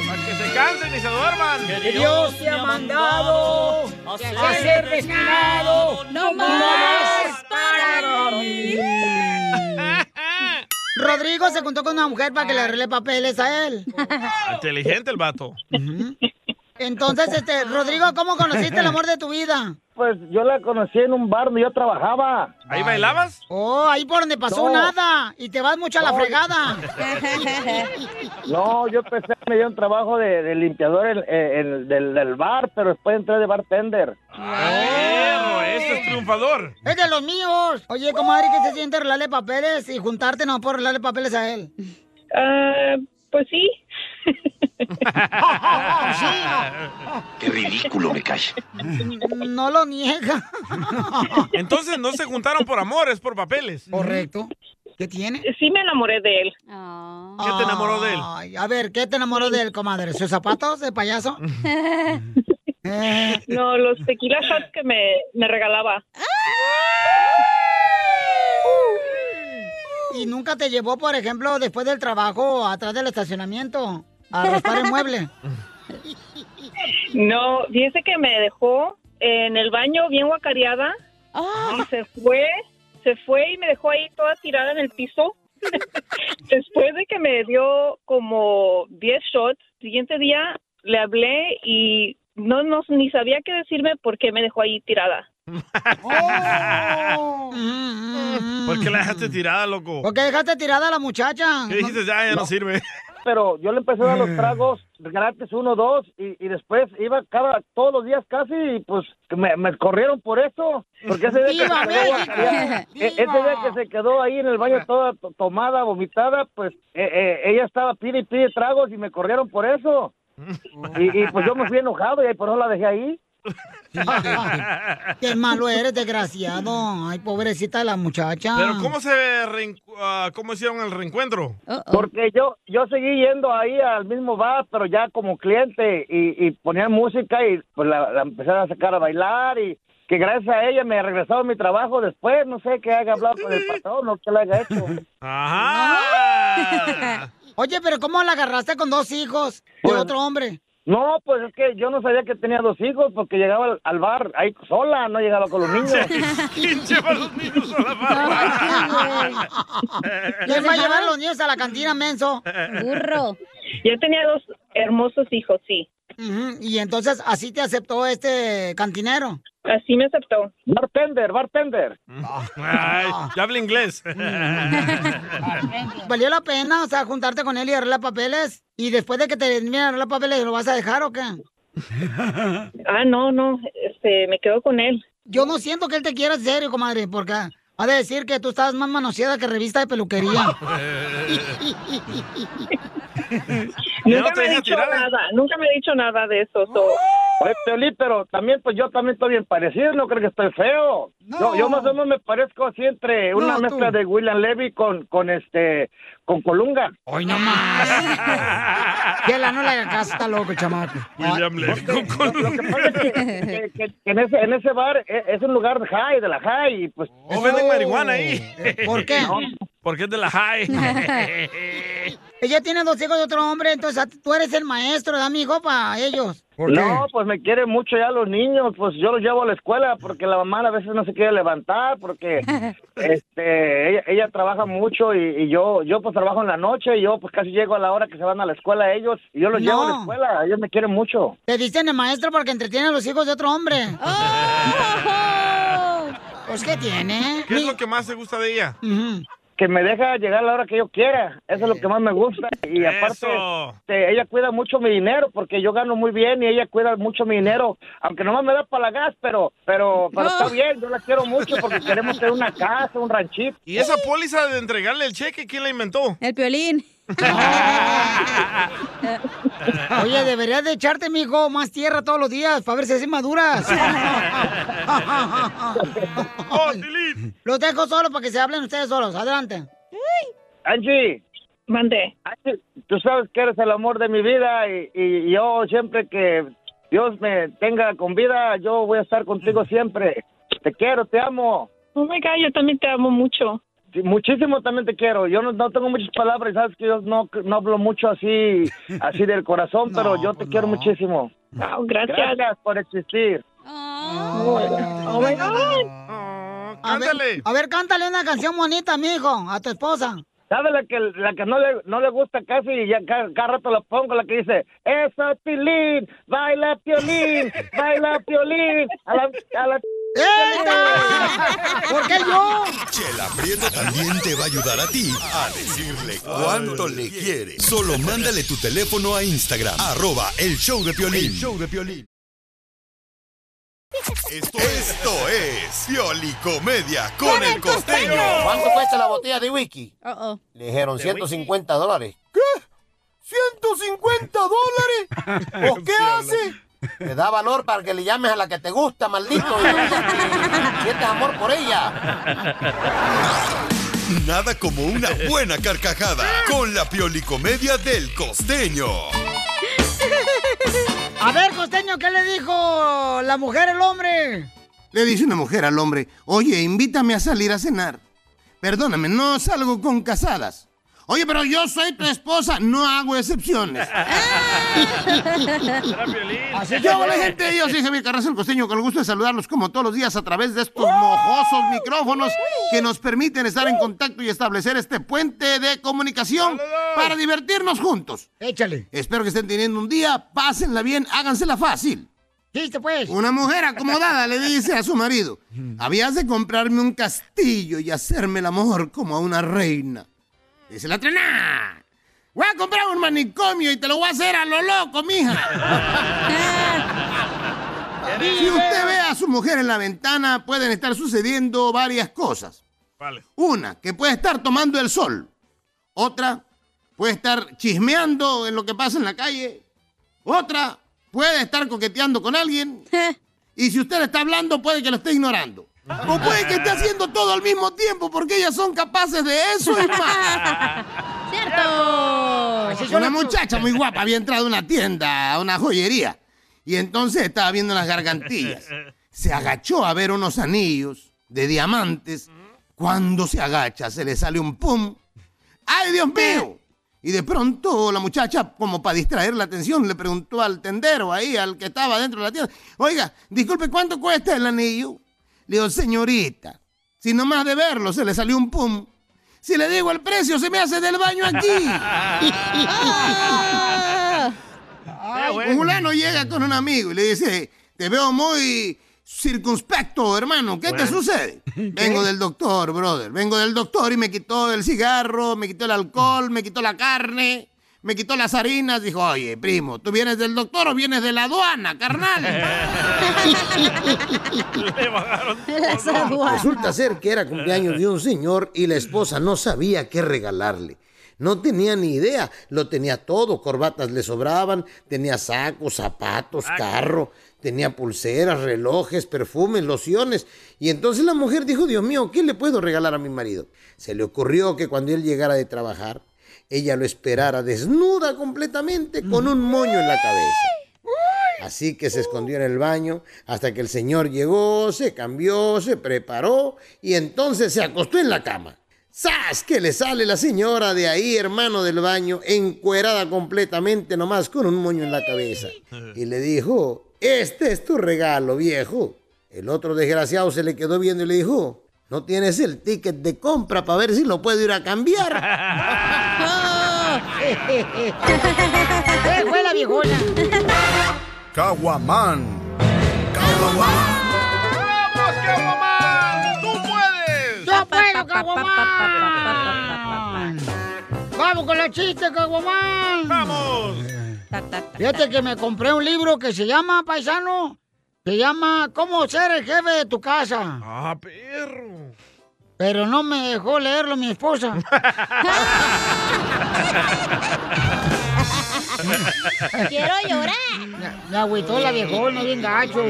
[SPEAKER 2] Para que se cansen y se duerman.
[SPEAKER 7] Que Dios te ha mandado
[SPEAKER 3] a ser destinado,
[SPEAKER 4] no
[SPEAKER 3] más
[SPEAKER 4] para
[SPEAKER 3] mí. *laughs* Rodrigo se juntó con una mujer para que le arregle papeles a él.
[SPEAKER 2] Ah, Inteligente el vato.
[SPEAKER 3] Mm-hmm. Entonces, este, Rodrigo, ¿cómo conociste el amor de tu vida?
[SPEAKER 20] Pues yo la conocí en un bar donde yo trabajaba.
[SPEAKER 2] ¿Ahí bailabas?
[SPEAKER 3] Oh, ahí por donde pasó
[SPEAKER 20] No.
[SPEAKER 3] nada. Y te vas mucho a la
[SPEAKER 20] No.
[SPEAKER 3] *laughs* fregada.
[SPEAKER 20] No, yo empecé, me dio un trabajo de, de limpiador en- en- en- del, del bar, pero después entré de bartender.
[SPEAKER 2] ¡Fierro! Este es triunfador.
[SPEAKER 3] Es de los míos. Oye, comadre, ¿qué se siente arreglarle papeles y juntarte no por arreglarle papeles a él?
[SPEAKER 22] Ah, pues sí.
[SPEAKER 11] Qué ridículo me cae.
[SPEAKER 3] Mm, No lo niega.
[SPEAKER 2] *laughs* Entonces no se juntaron por amor, es por papeles.
[SPEAKER 3] Correcto. ¿Qué tiene?
[SPEAKER 13] Sí me
[SPEAKER 3] *laughs*
[SPEAKER 13] enamoré de él.
[SPEAKER 2] ¿Qué te enamoró de él?
[SPEAKER 3] Ay, a ver, ¿qué te enamoró de él, comadre? ¿Sus zapatos
[SPEAKER 2] *laughs*
[SPEAKER 3] de payaso? Eh.
[SPEAKER 13] No, los tequila shots que me, me regalaba.
[SPEAKER 3] ¿Y nunca te llevó, por ejemplo, después del trabajo, atrás del estacionamiento, a raspar el mueble?
[SPEAKER 13] No, fíjese que me dejó en el baño bien guacareada
[SPEAKER 3] Ah.
[SPEAKER 13] y se fue, se fue y me dejó ahí toda tirada en el piso. *laughs* Después de que me dio como 10 shots, siguiente día le hablé y no, no ni sabía qué decirme porque me dejó ahí tirada.
[SPEAKER 3] Oh.
[SPEAKER 2] *laughs* ¿Por qué la dejaste tirada, loco?
[SPEAKER 3] ¿Por qué dejaste tirada a la muchacha? Eh.
[SPEAKER 2] ¿Qué dijiste? Ya, ya no sirve.
[SPEAKER 20] *laughs* Pero yo le empecé a dar los tragos gratis uno, dos, y, y después iba cada, todos los días casi, y pues que me, me corrieron por eso. Porque ese día,
[SPEAKER 8] ¡Viva
[SPEAKER 20] que se, quedó,
[SPEAKER 8] México!
[SPEAKER 3] *laughs*
[SPEAKER 20] ya, e- ese día que se quedó ahí en el
[SPEAKER 3] Ah.
[SPEAKER 20] baño toda to- tomada, vomitada, pues eh, eh, ella estaba pide y pide tragos y me corrieron por eso. Y, y, pues yo me fui enojado y ahí por eso la dejé ahí.
[SPEAKER 2] *laughs*
[SPEAKER 3] Qué malo eres, desgraciado. Ay, pobrecita de la muchacha.
[SPEAKER 2] Pero ¿cómo se reen- ah, cómo hicieron el reencuentro?
[SPEAKER 20] Porque yo yo seguí yendo ahí al mismo bar, pero ya como cliente y, y ponían música y pues la, la empezaron a sacar a bailar y que gracias a ella me regresaron mi trabajo después, no sé qué haga hablado con el patrón o qué le haya hecho.
[SPEAKER 3] Oye, pero ¿cómo la agarraste con dos hijos de otro hombre?
[SPEAKER 20] Pues, No, pues es que yo no sabía que tenía dos hijos porque llegaba al, al bar ahí sola, no llegaba con los
[SPEAKER 2] *laughs*
[SPEAKER 20] niños.
[SPEAKER 2] ¿Quién lleva a los niños a la
[SPEAKER 3] ¿Quién va a llevar los niños a la cantina, menso?
[SPEAKER 13] Burro. Yo tenía dos hermosos hijos, sí.
[SPEAKER 3] Ujú, Y entonces, ¿así te aceptó este cantinero?
[SPEAKER 13] Así me aceptó.
[SPEAKER 20] Bartender, bartender.
[SPEAKER 2] Ay, ya habla
[SPEAKER 3] *laughs*
[SPEAKER 2] inglés.
[SPEAKER 3] ¿Valió la pena, o sea, juntarte con él y arreglar papeles? ¿Y después de que te termine de arreglar papeles, lo vas a dejar o qué?
[SPEAKER 13] Ah, no, no, este, me quedo con él.
[SPEAKER 3] Yo no siento que él te quiera en serio, comadre, porque ha de decir que tú estás más manoseada que revista de
[SPEAKER 13] *laughs*
[SPEAKER 3] peluquería.
[SPEAKER 13] Nunca me ha dicho nada, nunca me ha dicho nada de eso. so-
[SPEAKER 20] Oye, Piolín, pero también, pues yo también estoy bien parecido, no creo que estoy feo. Yo, yo más o menos me parezco así entre una
[SPEAKER 13] No,
[SPEAKER 20] mezcla de William Levy con, con este, con Colunga.
[SPEAKER 3] Hoy no más. *laughs* la no le haga caso, está loco, chamaco.
[SPEAKER 20] Ah,
[SPEAKER 2] William Levy con
[SPEAKER 20] Que, que- que en, ese, en ese bar eh, es, un lugar de high, de la high, y pues...
[SPEAKER 2] ¿O Oh, venden marihuana ahí?
[SPEAKER 3] Oh, ¿Por qué?
[SPEAKER 2] No, porque es de la
[SPEAKER 3] *laughs*
[SPEAKER 2] high.
[SPEAKER 3] Ella tiene dos hijos de otro hombre, entonces a ti- tú eres el maestro, da mi hijo para ellos.
[SPEAKER 20] No, pues me quieren mucho ya los niños, pues yo los llevo a la escuela porque la mamá a veces no se quiere levantar porque este ella, ella trabaja mucho y, y yo yo pues trabajo en la noche y yo pues casi llego a la hora que se van a la escuela ellos y yo los llevo a la
[SPEAKER 3] No.
[SPEAKER 20] escuela, ellos me quieren mucho.
[SPEAKER 3] Te dicen el maestro porque entretiene a los hijos de otro hombre. Pues, ¿qué tiene?
[SPEAKER 2] ¿Qué es lo que más te gusta de ella?
[SPEAKER 20] Que me deja llegar a la hora que yo quiera, eso es lo que más me gusta y aparte
[SPEAKER 2] Eso.
[SPEAKER 20] este, ella cuida mucho mi dinero porque yo gano muy bien y ella cuida mucho mi dinero, aunque nomás me da para la gas, pero pero pero está bien, yo la quiero mucho porque queremos tener una casa, un ranchito.
[SPEAKER 2] ¿Y esa póliza de entregarle el cheque, quién la inventó?
[SPEAKER 4] El piolín.
[SPEAKER 3] Oye, deberías de echarte, mijo, más tierra todos los días para ver si así maduras. *laughs* los dejo solos para que se hablen ustedes solos. Adelante.
[SPEAKER 20] Angie.
[SPEAKER 13] Mande.
[SPEAKER 20] Angie, tú sabes que eres el amor de mi vida y, y yo siempre que Dios me tenga con vida, yo voy a estar contigo siempre. Te quiero, te amo.
[SPEAKER 13] Oh my God, yo también te amo mucho.
[SPEAKER 20] Sí, muchísimo también te quiero. Yo no, no tengo muchas palabras, sabes que yo no, no hablo mucho así, así del corazón, pero yo te quiero muchísimo.
[SPEAKER 13] Wow, gracias.
[SPEAKER 20] Gracias por existir.
[SPEAKER 3] Oh,
[SPEAKER 2] Oh,
[SPEAKER 3] A ver, a ver, cántale una canción bonita, mijo, a tu esposa.
[SPEAKER 20] ¿Sabes la que, la que no, le, no le gusta casi? Y ya ca- cada, rato la pongo, la que dice, eso es Piolín, baila
[SPEAKER 3] *laughs*
[SPEAKER 20] Piolín, baila Piolín, a la... A la...
[SPEAKER 3] ¿Por qué yo?
[SPEAKER 5] Chela Prieto también te va a ayudar a ti a decirle cuánto le quiere. Solo mándale tu teléfono a Instagram, arroba el show de Piolín.
[SPEAKER 14] El
[SPEAKER 5] show de Esto, esto es Pioli Comedia con el costeño.
[SPEAKER 14] ¿Cuánto cuesta la botella de whisky?
[SPEAKER 4] Uh-oh.
[SPEAKER 14] Le dijeron
[SPEAKER 5] ¿De
[SPEAKER 14] 150 dólares.
[SPEAKER 11] ¿150 dólares? ¿O qué hace?
[SPEAKER 14] Te da valor para que le llames a la que te gusta, maldito.
[SPEAKER 11] *laughs*
[SPEAKER 14] Y y sientes amor por ella.
[SPEAKER 5] Nada como una buena carcajada con la piolicomedia del costeño.
[SPEAKER 3] A ver, costeño, ¿qué le dijo la mujer al hombre?
[SPEAKER 15] Le dice una mujer al hombre, oye, invítame a salir a cenar. Perdóname, no salgo con casadas. Oye, pero yo soy tu esposa, no hago
[SPEAKER 11] *laughs*
[SPEAKER 15] excepciones. Así que hola gente, yo soy Javier Carrasco el Costeño, con el gusto de saludarlos como todos los días a través de estos mojosos micrófonos que nos permiten estar en contacto y establecer este puente de comunicación para divertirnos juntos.
[SPEAKER 3] Échale.
[SPEAKER 15] Espero que estén teniendo un día, pásenla bien, hágansela fácil.
[SPEAKER 3] Listo, pues.
[SPEAKER 15] Una mujer acomodada le dice a su
[SPEAKER 3] *laughs*
[SPEAKER 15] marido, habías de comprarme un castillo y hacerme el amor como a una reina. Dice la trena. Voy a comprar un manicomio y te lo voy a hacer a lo loco,
[SPEAKER 3] *laughs*
[SPEAKER 15] mija. si usted ve a su mujer en la ventana, pueden estar sucediendo varias cosas.
[SPEAKER 2] Vale.
[SPEAKER 15] Una, que puede estar tomando el sol. Otra, puede estar chismeando en lo que pasa en la calle. Otra, puede estar coqueteando con alguien. Y si usted le está hablando, puede que lo esté ignorando. O puede que esté haciendo todo al mismo tiempo porque ellas son capaces de eso
[SPEAKER 2] *laughs*
[SPEAKER 15] y
[SPEAKER 8] *laughs*
[SPEAKER 15] más.
[SPEAKER 3] ¡Cierto!
[SPEAKER 15] Una muchacha muy guapa había entrado a una tienda, a una joyería. Y entonces estaba viendo las gargantillas. Se agachó a ver unos anillos de diamantes. Cuando se agacha, se le sale un pum. ¡Ay, Dios mío! Y de pronto la muchacha, como para distraer la atención, le preguntó al tendero ahí, al que estaba dentro de la tienda. Oiga, disculpe, ¿cuánto cuesta el anillo? Le digo, señorita, si nomás de verlo se le salió un pum. Si le digo el precio, se me hace del baño aquí. Ay, un fulano llega con un amigo y le dice, te veo muy circunspecto, hermano, ¿qué te
[SPEAKER 14] Bueno.
[SPEAKER 15] sucede? Vengo del doctor, brother, vengo del doctor y me quitó el cigarro, me quitó el alcohol, me quitó la carne, me quitó las harinas. Dijo, oye, primo, ¿tú vienes del doctor o vienes de la aduana, carnal?
[SPEAKER 14] Resulta ser que era cumpleaños de un señor y la esposa no sabía qué regalarle. No tenía ni idea, lo tenía todo, corbatas le sobraban, tenía sacos, zapatos, carro, tenía pulseras, relojes, perfumes, lociones. Y entonces la mujer dijo, Dios mío, ¿qué le puedo regalar a mi marido? Se le ocurrió que cuando él llegara de trabajar, ella lo esperara desnuda completamente con un moño en la cabeza. Así que se escondió en el baño hasta que el señor llegó, se cambió, se preparó y entonces se acostó en la cama. ¡Sas! Que le sale la señora de ahí, hermano del baño, encuerada completamente nomás con un moño en la cabeza. Y le dijo, este es tu regalo, viejo. El otro desgraciado se le quedó viendo y le dijo, no tienes el ticket de compra para ver si lo puedo ir a cambiar.
[SPEAKER 3] ¡Qué fue *laughs*
[SPEAKER 2] *laughs*
[SPEAKER 3] la viejona!
[SPEAKER 5] Caguaman.
[SPEAKER 2] ¡Tú puedes!
[SPEAKER 3] ¡Yo puedo, Caguamán! ¡Vamos con los chistes, Caguamán! ¡Vamos! Fíjate que me compré un libro que se llama, paisano, se llama ¿Cómo ser el jefe de tu casa? ¡Ah, perro! Pero no me dejó leerlo
[SPEAKER 2] *laughs*
[SPEAKER 3] mi esposa.
[SPEAKER 8] Quiero llorar.
[SPEAKER 3] Me agüitó la viejona, bien gacho.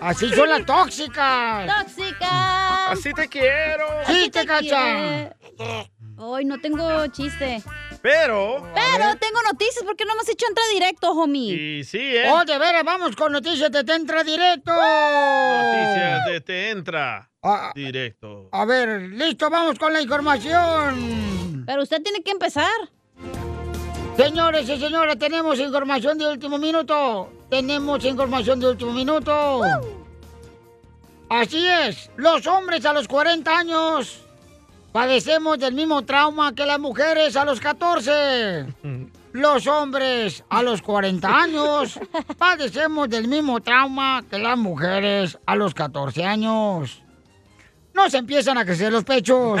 [SPEAKER 3] Así son las tóxicas.
[SPEAKER 4] ¡Tóxica!
[SPEAKER 2] Así te quiero.
[SPEAKER 4] Así
[SPEAKER 3] Sí, te cacha.
[SPEAKER 4] quiero. Ay, no tengo chiste.
[SPEAKER 2] Pero.
[SPEAKER 4] Pero tengo noticias porque no me has hecho entrar directo, homie.
[SPEAKER 2] Y sí, ¿eh?
[SPEAKER 3] Oh, de veras, vamos con noticias de Te Entra Directo.
[SPEAKER 2] Noticias de te entra.
[SPEAKER 3] Ah.
[SPEAKER 2] Directo.
[SPEAKER 3] A ver, listo, vamos con la información. Pero usted tiene que empezar. Señores y señoras, tenemos información de último minuto. Tenemos información de último minuto. Así es, los hombres a los 40 años padecemos del mismo trauma que las mujeres a los 14. Los hombres a los 40 años padecemos del mismo trauma que las mujeres a los 14 años. Nos empiezan a crecer los pechos.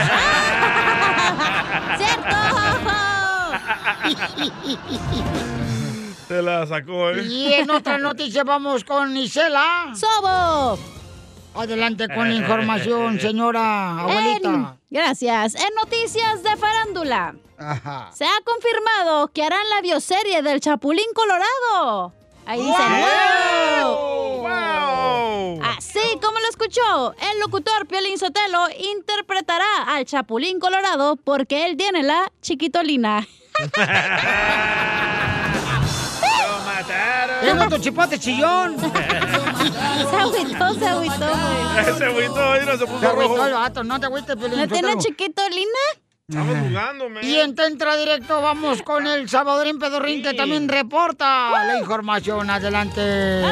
[SPEAKER 2] Te la sacó, ¿eh?
[SPEAKER 3] Y en otra noticia vamos con Isela. ¡Sobo! Adelante con
[SPEAKER 2] Eh,
[SPEAKER 3] la
[SPEAKER 4] *laughs*
[SPEAKER 3] información, señora abuelita.
[SPEAKER 4] En- gracias. En noticias de farándula,
[SPEAKER 3] Ajá.
[SPEAKER 4] se ha confirmado que harán la bioserie del Chapulín Colorado. Ahí dicen, ¡Wow! Así como lo escuchó, el locutor Piolín Sotelo interpretará al Chapulín Colorado porque él tiene la chiquitolina.
[SPEAKER 2] ¡Lo mataron!
[SPEAKER 3] Tengo tu chipote chillón.
[SPEAKER 4] Se agüitó, se agüitó, güey.
[SPEAKER 2] Ese agüito, mira, se
[SPEAKER 3] Te
[SPEAKER 2] puso
[SPEAKER 3] agüitó el
[SPEAKER 2] rojo.
[SPEAKER 3] vato, no te agüites, Piolín.
[SPEAKER 4] ¿No tiene
[SPEAKER 3] Sotelo.
[SPEAKER 4] chiquitolina?
[SPEAKER 2] Estamos jugando, man.
[SPEAKER 3] Y en Tentra Directo vamos con el Salvadorín Pedorrín que también reporta la información. Adelante.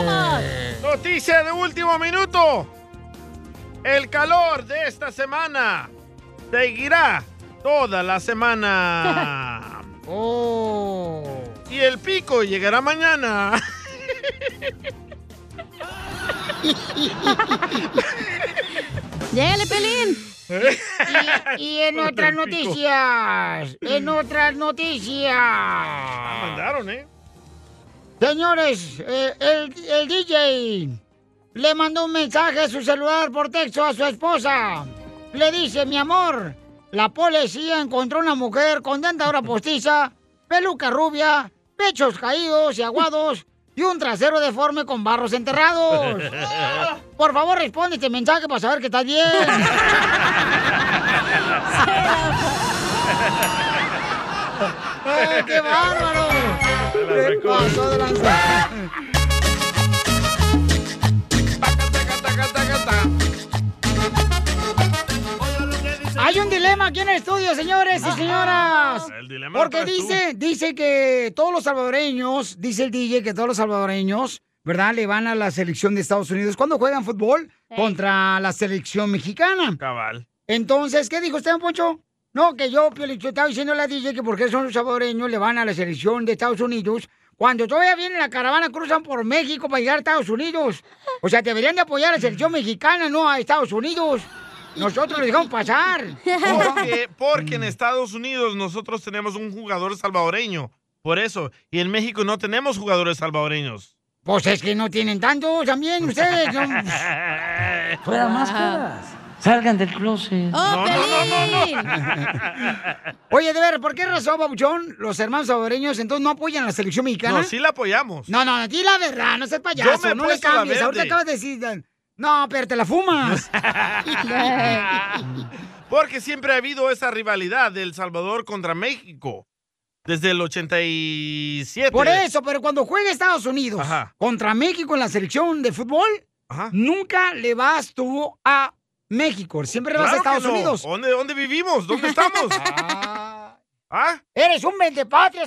[SPEAKER 2] Noticia de último minuto. El calor de esta semana seguirá toda la semana.
[SPEAKER 3] oh.
[SPEAKER 2] Y el pico llegará mañana.
[SPEAKER 3] *laughs*
[SPEAKER 4] Llegale, Pelín.
[SPEAKER 3] Y, y en otras noticias, en otras noticias.
[SPEAKER 2] mandaron, ¿eh?
[SPEAKER 3] Señores, eh, el, el DJ le mandó un mensaje a su celular por texto a su esposa. Le dice, mi amor, la policía encontró una mujer con dentadura postiza, peluca rubia, pechos caídos y aguados y un trasero deforme con
[SPEAKER 2] *laughs*
[SPEAKER 3] barros enterrados. Por favor, responde este mensaje para saber que estás bien. ¡Ay, qué bárbaro! ¿Qué pasó de lanza? Hay un dilema aquí en el estudio, señores y señoras.
[SPEAKER 2] El dilema lo
[SPEAKER 3] Porque
[SPEAKER 2] traes tú.
[SPEAKER 3] dice, dice que todos los salvadoreños, dice el DJ que todos los salvadoreños, ¿verdad? Le van a la selección de Estados Unidos cuando juegan fútbol contra la selección mexicana.
[SPEAKER 2] Cabal.
[SPEAKER 3] Entonces, ¿qué dijo usted, don Poncho? No, que yo, Piolín, yo estaba diciendo a la DJ que porque son los salvadoreños le van a la selección de Estados Unidos. Cuando todavía viene la caravana, cruzan por México para llegar a Estados Unidos. O sea, deberían de apoyar a la selección
[SPEAKER 2] Mm.
[SPEAKER 3] mexicana, no a Estados Unidos. Nosotros les dejamos pasar.
[SPEAKER 2] Porque, porque en Estados Unidos nosotros tenemos un jugador salvadoreño. Por eso. Y en México no tenemos jugadores salvadoreños.
[SPEAKER 3] Pues es que no tienen tantos también ustedes. ¿no?
[SPEAKER 2] Fuera
[SPEAKER 3] máscaras.
[SPEAKER 16] *laughs* Salgan del closet.
[SPEAKER 3] ¡Oh,
[SPEAKER 16] Pelín!
[SPEAKER 3] Oye, de ver, ¿por qué razón, Babuchón, los hermanos salvadoreños entonces no apoyan a la selección mexicana?
[SPEAKER 2] No, sí la apoyamos.
[SPEAKER 3] No, no, di la verdad, no seas
[SPEAKER 2] Yo me
[SPEAKER 3] payaso,
[SPEAKER 2] he
[SPEAKER 3] no le
[SPEAKER 2] puesto la
[SPEAKER 3] cambies.
[SPEAKER 2] verde.
[SPEAKER 3] Ahorita acabas de decir. No, pero te
[SPEAKER 2] *laughs*
[SPEAKER 3] la fumas.
[SPEAKER 2] Porque siempre ha habido esa rivalidad de El Salvador contra México. Desde el 87.
[SPEAKER 3] Por eso, pero cuando juega Estados Unidos
[SPEAKER 2] Ajá.
[SPEAKER 3] contra México en la selección de fútbol, nunca le vas tú a México, siempre le vas
[SPEAKER 2] Claro
[SPEAKER 3] a
[SPEAKER 2] que
[SPEAKER 3] Estados
[SPEAKER 2] no.
[SPEAKER 3] Unidos.
[SPEAKER 2] ¿Dónde, dónde vivimos?
[SPEAKER 3] *laughs*
[SPEAKER 2] ¿Dónde estamos? ¿Ah?
[SPEAKER 3] Eres un vendepatria,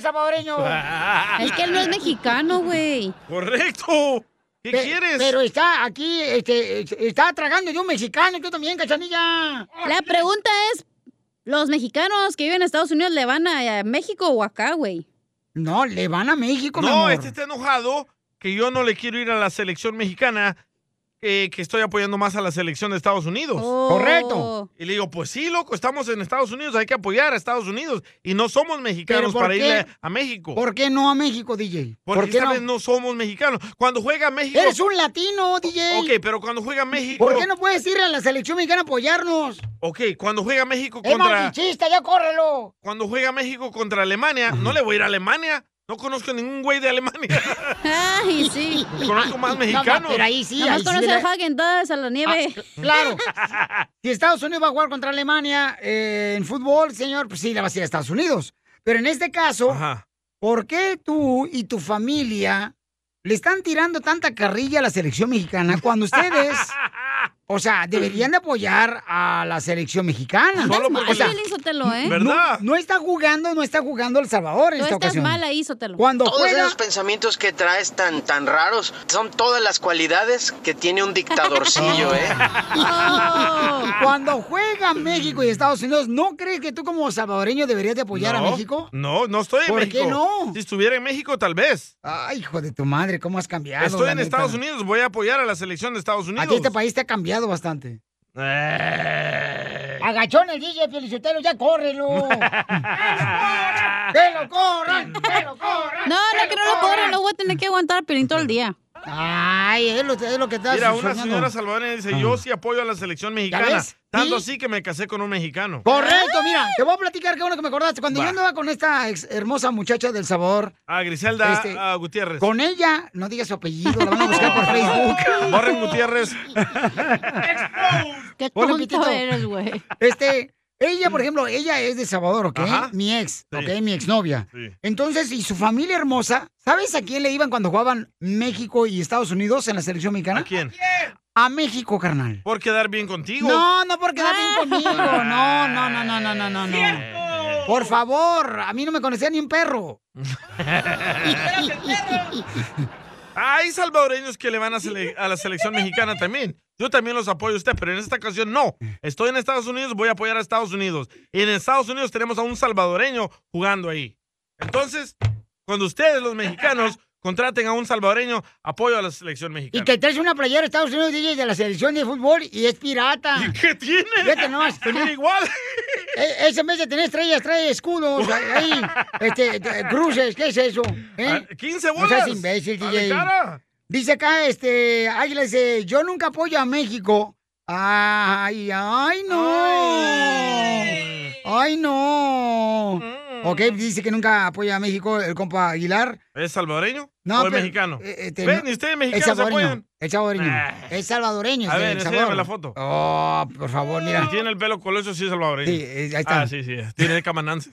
[SPEAKER 2] *laughs*
[SPEAKER 3] salvadoreño.
[SPEAKER 4] Es que él no es mexicano, güey.
[SPEAKER 2] Correcto. ¿Qué quieres?
[SPEAKER 3] Pero está aquí, este, este, está tragando de un mexicano, tú también, cachanilla.
[SPEAKER 4] La pregunta es, ¿los mexicanos que viven en Estados Unidos le van a, a México o acá, güey?
[SPEAKER 3] No, le van a México, mi
[SPEAKER 2] No,
[SPEAKER 3] amor.
[SPEAKER 2] este está enojado que yo no le quiero ir a la selección mexicana, eh, que estoy apoyando más a la selección de Estados Unidos.
[SPEAKER 3] Oh. Correcto.
[SPEAKER 2] Y le digo, pues sí, loco, estamos en Estados Unidos, hay que apoyar a Estados Unidos. Y no somos mexicanos
[SPEAKER 3] por
[SPEAKER 2] para
[SPEAKER 3] qué?
[SPEAKER 2] irle a México.
[SPEAKER 3] ¿Por qué no a México, DJ?
[SPEAKER 2] Porque
[SPEAKER 3] ¿Por qué
[SPEAKER 2] esta
[SPEAKER 3] no?
[SPEAKER 2] vez no somos mexicanos. Cuando juega México...
[SPEAKER 3] Eres un latino, DJ.
[SPEAKER 2] Ok, pero cuando juega México...
[SPEAKER 3] ¿Por qué no puedes ir a la selección mexicana a apoyarnos?
[SPEAKER 2] Ok, cuando juega México
[SPEAKER 3] Es
[SPEAKER 2] contra...
[SPEAKER 3] machichista, ya córrelo.
[SPEAKER 2] Cuando juega México contra Alemania, no le voy a ir a Alemania. No conozco ningún güey de Alemania.
[SPEAKER 4] *laughs* Ay, sí.
[SPEAKER 2] *laughs* Conozco más mexicanos.
[SPEAKER 3] pero ahí sí,
[SPEAKER 4] Nomás
[SPEAKER 3] ahí sí
[SPEAKER 4] conoce
[SPEAKER 3] le-
[SPEAKER 4] a Hagen Dazs, a la nieve.
[SPEAKER 3] Ah, claro. *laughs* Si Estados Unidos va a jugar contra Alemania eh, en fútbol, señor, pues sí, la vas a ir a Estados Unidos. Pero en este caso, ¿por qué tú y tu familia le están tirando tanta carrilla a la selección mexicana cuando
[SPEAKER 4] *laughs*
[SPEAKER 3] ustedes, o sea, deberían de apoyar a la selección mexicana?
[SPEAKER 4] Pues Solo porque
[SPEAKER 3] o sea,
[SPEAKER 4] le- Piolín Sotelo, ¿eh?
[SPEAKER 3] no-
[SPEAKER 4] ¿Verdad?
[SPEAKER 3] No, está jugando, no está jugando El Salvador en
[SPEAKER 4] Tú
[SPEAKER 3] esta
[SPEAKER 4] estás
[SPEAKER 3] ocasión.
[SPEAKER 4] mal ahí, Sotelo.
[SPEAKER 3] Cuando
[SPEAKER 4] Todos
[SPEAKER 3] juega...
[SPEAKER 4] esos
[SPEAKER 16] pensamientos que traes tan, tan raros son todas las cualidades que tiene un
[SPEAKER 3] *laughs*
[SPEAKER 16] dictadorcillo, ¿eh?
[SPEAKER 4] Oh.
[SPEAKER 3] Cuando juega México y Estados Unidos, ¿no crees que tú como salvadoreño deberías de apoyar
[SPEAKER 2] No,
[SPEAKER 3] a México?
[SPEAKER 2] No, no estoy en
[SPEAKER 3] ¿Por
[SPEAKER 2] México.
[SPEAKER 3] qué no?
[SPEAKER 2] Si estuviera en México, tal vez.
[SPEAKER 3] Ay, hijo de tu madre, ¿cómo has cambiado?
[SPEAKER 2] Estoy
[SPEAKER 3] la
[SPEAKER 2] en
[SPEAKER 3] neta?
[SPEAKER 2] Estados Unidos, voy a apoyar a la selección de Estados
[SPEAKER 3] A
[SPEAKER 2] Unidos.
[SPEAKER 3] ti este país te ha cambiado bastante.
[SPEAKER 2] Eh.
[SPEAKER 3] Agachón el DJ, Felicitelo, ya córrelo. Ah. ¡Que lo corran! ¡Que lo corran!
[SPEAKER 4] No, no, que no lo corran, lo voy a tener que aguantar a Piolín todo el día.
[SPEAKER 3] Ay, es lo, es lo que está
[SPEAKER 2] Mira, una señora salvadoreña dice, yo sí apoyo a la selección mexicana.
[SPEAKER 3] ves?
[SPEAKER 2] Tanto
[SPEAKER 3] ¿Sí?
[SPEAKER 2] así que me casé con un mexicano.
[SPEAKER 3] *laughs* Correcto, mira, te voy a platicar que bueno que me acordaste. Cuando
[SPEAKER 2] Va.
[SPEAKER 3] yo andaba con esta ex- hermosa muchacha del sabor,
[SPEAKER 2] A Griselda
[SPEAKER 3] Este,
[SPEAKER 2] a Gutiérrez.
[SPEAKER 3] con ella, no digas su apellido,
[SPEAKER 2] *laughs*
[SPEAKER 3] la van a buscar por Facebook.
[SPEAKER 2] Borren Gutiérrez.
[SPEAKER 3] Qué
[SPEAKER 4] tonto eres, güey.
[SPEAKER 3] Este, ella, por ejemplo, ella es de El Salvador, ¿ok?
[SPEAKER 4] Ajá.
[SPEAKER 3] Mi ex,
[SPEAKER 4] Sí.
[SPEAKER 3] ¿ok? Mi exnovia.
[SPEAKER 4] Sí.
[SPEAKER 3] Entonces, y su familia hermosa, ¿sabes a quién le iban cuando jugaban México y Estados Unidos en la selección mexicana? ¿A
[SPEAKER 2] quién?
[SPEAKER 3] A México, carnal.
[SPEAKER 2] Por quedar bien contigo.
[SPEAKER 3] No, no por quedar bien conmigo. No, no, no, no, no, no, no. no. Por favor, a mí no me conocía ni un perro.
[SPEAKER 2] Hay salvadoreños que le van a, sele- a la selección mexicana también. Yo también los apoyo a usted, pero en esta ocasión no. Estoy en Estados Unidos, voy a apoyar a Estados Unidos. Y en Estados Unidos tenemos a un salvadoreño jugando ahí. Entonces, cuando ustedes, los mexicanos, contraten a un salvadoreño, apoyo a la selección
[SPEAKER 3] Y
[SPEAKER 2] mexicana.
[SPEAKER 3] que traes una playera de Estados Unidos DJ de la selección de fútbol y es pirata. ¿Y
[SPEAKER 2] qué tiene?
[SPEAKER 3] Vete
[SPEAKER 2] *laughs*
[SPEAKER 3] nomás. E,
[SPEAKER 2] Se mira igual.
[SPEAKER 3] ese mes de tener estrellas trae escudos ahí, este, eh, cruces, ¿qué es eso? ¿Eh?
[SPEAKER 2] Ah, 15
[SPEAKER 3] No seas
[SPEAKER 2] bolas.
[SPEAKER 3] imbécil,
[SPEAKER 2] Dale
[SPEAKER 3] DJ.
[SPEAKER 2] cara.
[SPEAKER 3] Dice acá, este, Águila dice, yo nunca apoyo a México. Ay, ay, no. Ay, no.
[SPEAKER 2] Mm.
[SPEAKER 3] Ok, dice que nunca apoya a México el compa Aguilar.
[SPEAKER 2] ¿Es salvadoreño?
[SPEAKER 3] No,
[SPEAKER 2] ¿O es
[SPEAKER 3] pero,
[SPEAKER 2] mexicano?
[SPEAKER 3] eh, este,
[SPEAKER 2] ¿Ven?
[SPEAKER 3] no,
[SPEAKER 2] ¿Y ustedes
[SPEAKER 3] el
[SPEAKER 2] mexicanos
[SPEAKER 3] salvadoreño,
[SPEAKER 2] apoyan?
[SPEAKER 3] El salvadoreño.
[SPEAKER 2] Ah.
[SPEAKER 3] Es salvadoreño.
[SPEAKER 2] A
[SPEAKER 3] es de
[SPEAKER 2] ver,
[SPEAKER 3] El
[SPEAKER 2] enséñame
[SPEAKER 3] Salvador.
[SPEAKER 2] la foto.
[SPEAKER 3] Oh, por favor, mira.
[SPEAKER 2] Si tiene el pelo coloso, sí es salvadoreño.
[SPEAKER 3] Sí, eh, ahí está.
[SPEAKER 2] Ah, sí, sí. Tiene camanance.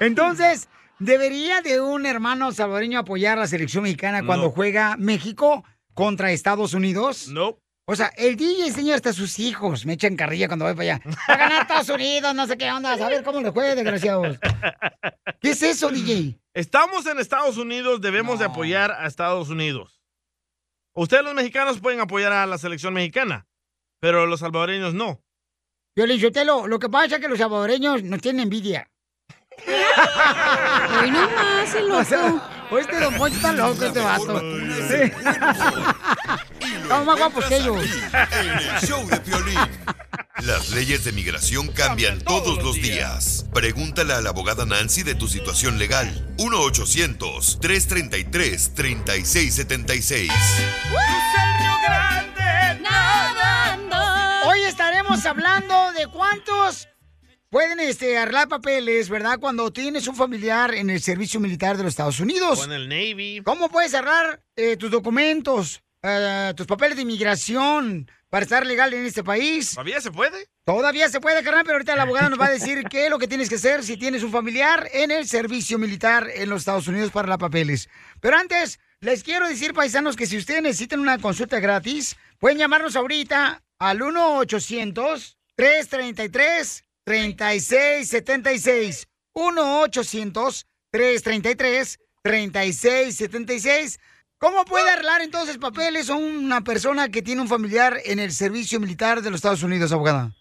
[SPEAKER 3] Entonces, ¿debería de un hermano salvadoreño apoyar a la selección mexicana cuando
[SPEAKER 2] No.
[SPEAKER 3] juega México contra Estados Unidos?
[SPEAKER 2] No.
[SPEAKER 3] O sea, el DJ enseña hasta a sus hijos. Me echan carrilla cuando voy para allá. Va a ganar Estados Unidos, no sé qué onda. A ver cómo le juegue, desgraciados. *laughs* ¿Qué es eso, DJ?
[SPEAKER 2] Estamos en Estados Unidos, debemos de apoyar a Estados Unidos. Ustedes los mexicanos pueden apoyar a la selección mexicana, pero los salvadoreños no.
[SPEAKER 3] Violín Sotelo, lo que pasa es que los salvadoreños nos tienen *laughs* envidia. Hoy no más, el loco. este Don Poncho está loco, este vato. Sí. *laughs* Estamos más guapos que ellos.
[SPEAKER 5] Las leyes de migración cambian todos los días. Pregúntale a la abogada Nancy de tu situación legal. 1-800-333-3676.
[SPEAKER 3] Hoy estaremos hablando de cuántos pueden este, arreglar papeles, ¿verdad? Cuando tienes un familiar en el servicio militar de los Estados Unidos.
[SPEAKER 2] O en el Navy.
[SPEAKER 3] ¿Cómo puedes arreglar eh, tus documentos, eh, tus papeles de inmigración para estar legal en este país?
[SPEAKER 2] ¿Todavía se puede?
[SPEAKER 3] Todavía se puede, carnal, pero ahorita la abogada nos va a
[SPEAKER 2] *laughs*
[SPEAKER 3] decir qué es lo que tienes que hacer si tienes un familiar en el servicio militar en los Estados Unidos para la papeles. Pero antes, les quiero decir, paisanos, que si ustedes necesitan una consulta gratis, pueden llamarnos ahorita al 1-800-333-3676. 1-800-333-3676. ¿Cómo puede arreglar entonces papeles a una persona que tiene un familiar en el servicio militar de los Estados Unidos, abogada?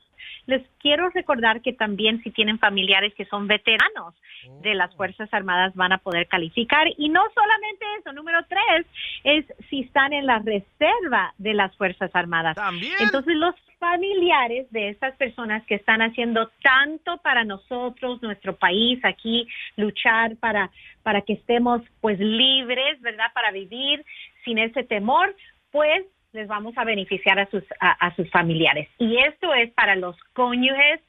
[SPEAKER 12] Les quiero recordar que también si tienen familiares que son veteranos de las Fuerzas Armadas van a poder calificar. Y no solamente eso, número tres es si están en la reserva de las Fuerzas Armadas. Entonces los familiares de estas personas que están haciendo tanto para nosotros, nuestro país, aquí, luchar para, para que estemos pues libres, ¿verdad? Para vivir sin ese temor, pues les vamos a beneficiar a sus, a, a sus familiares. Y esto es para los cónyuges,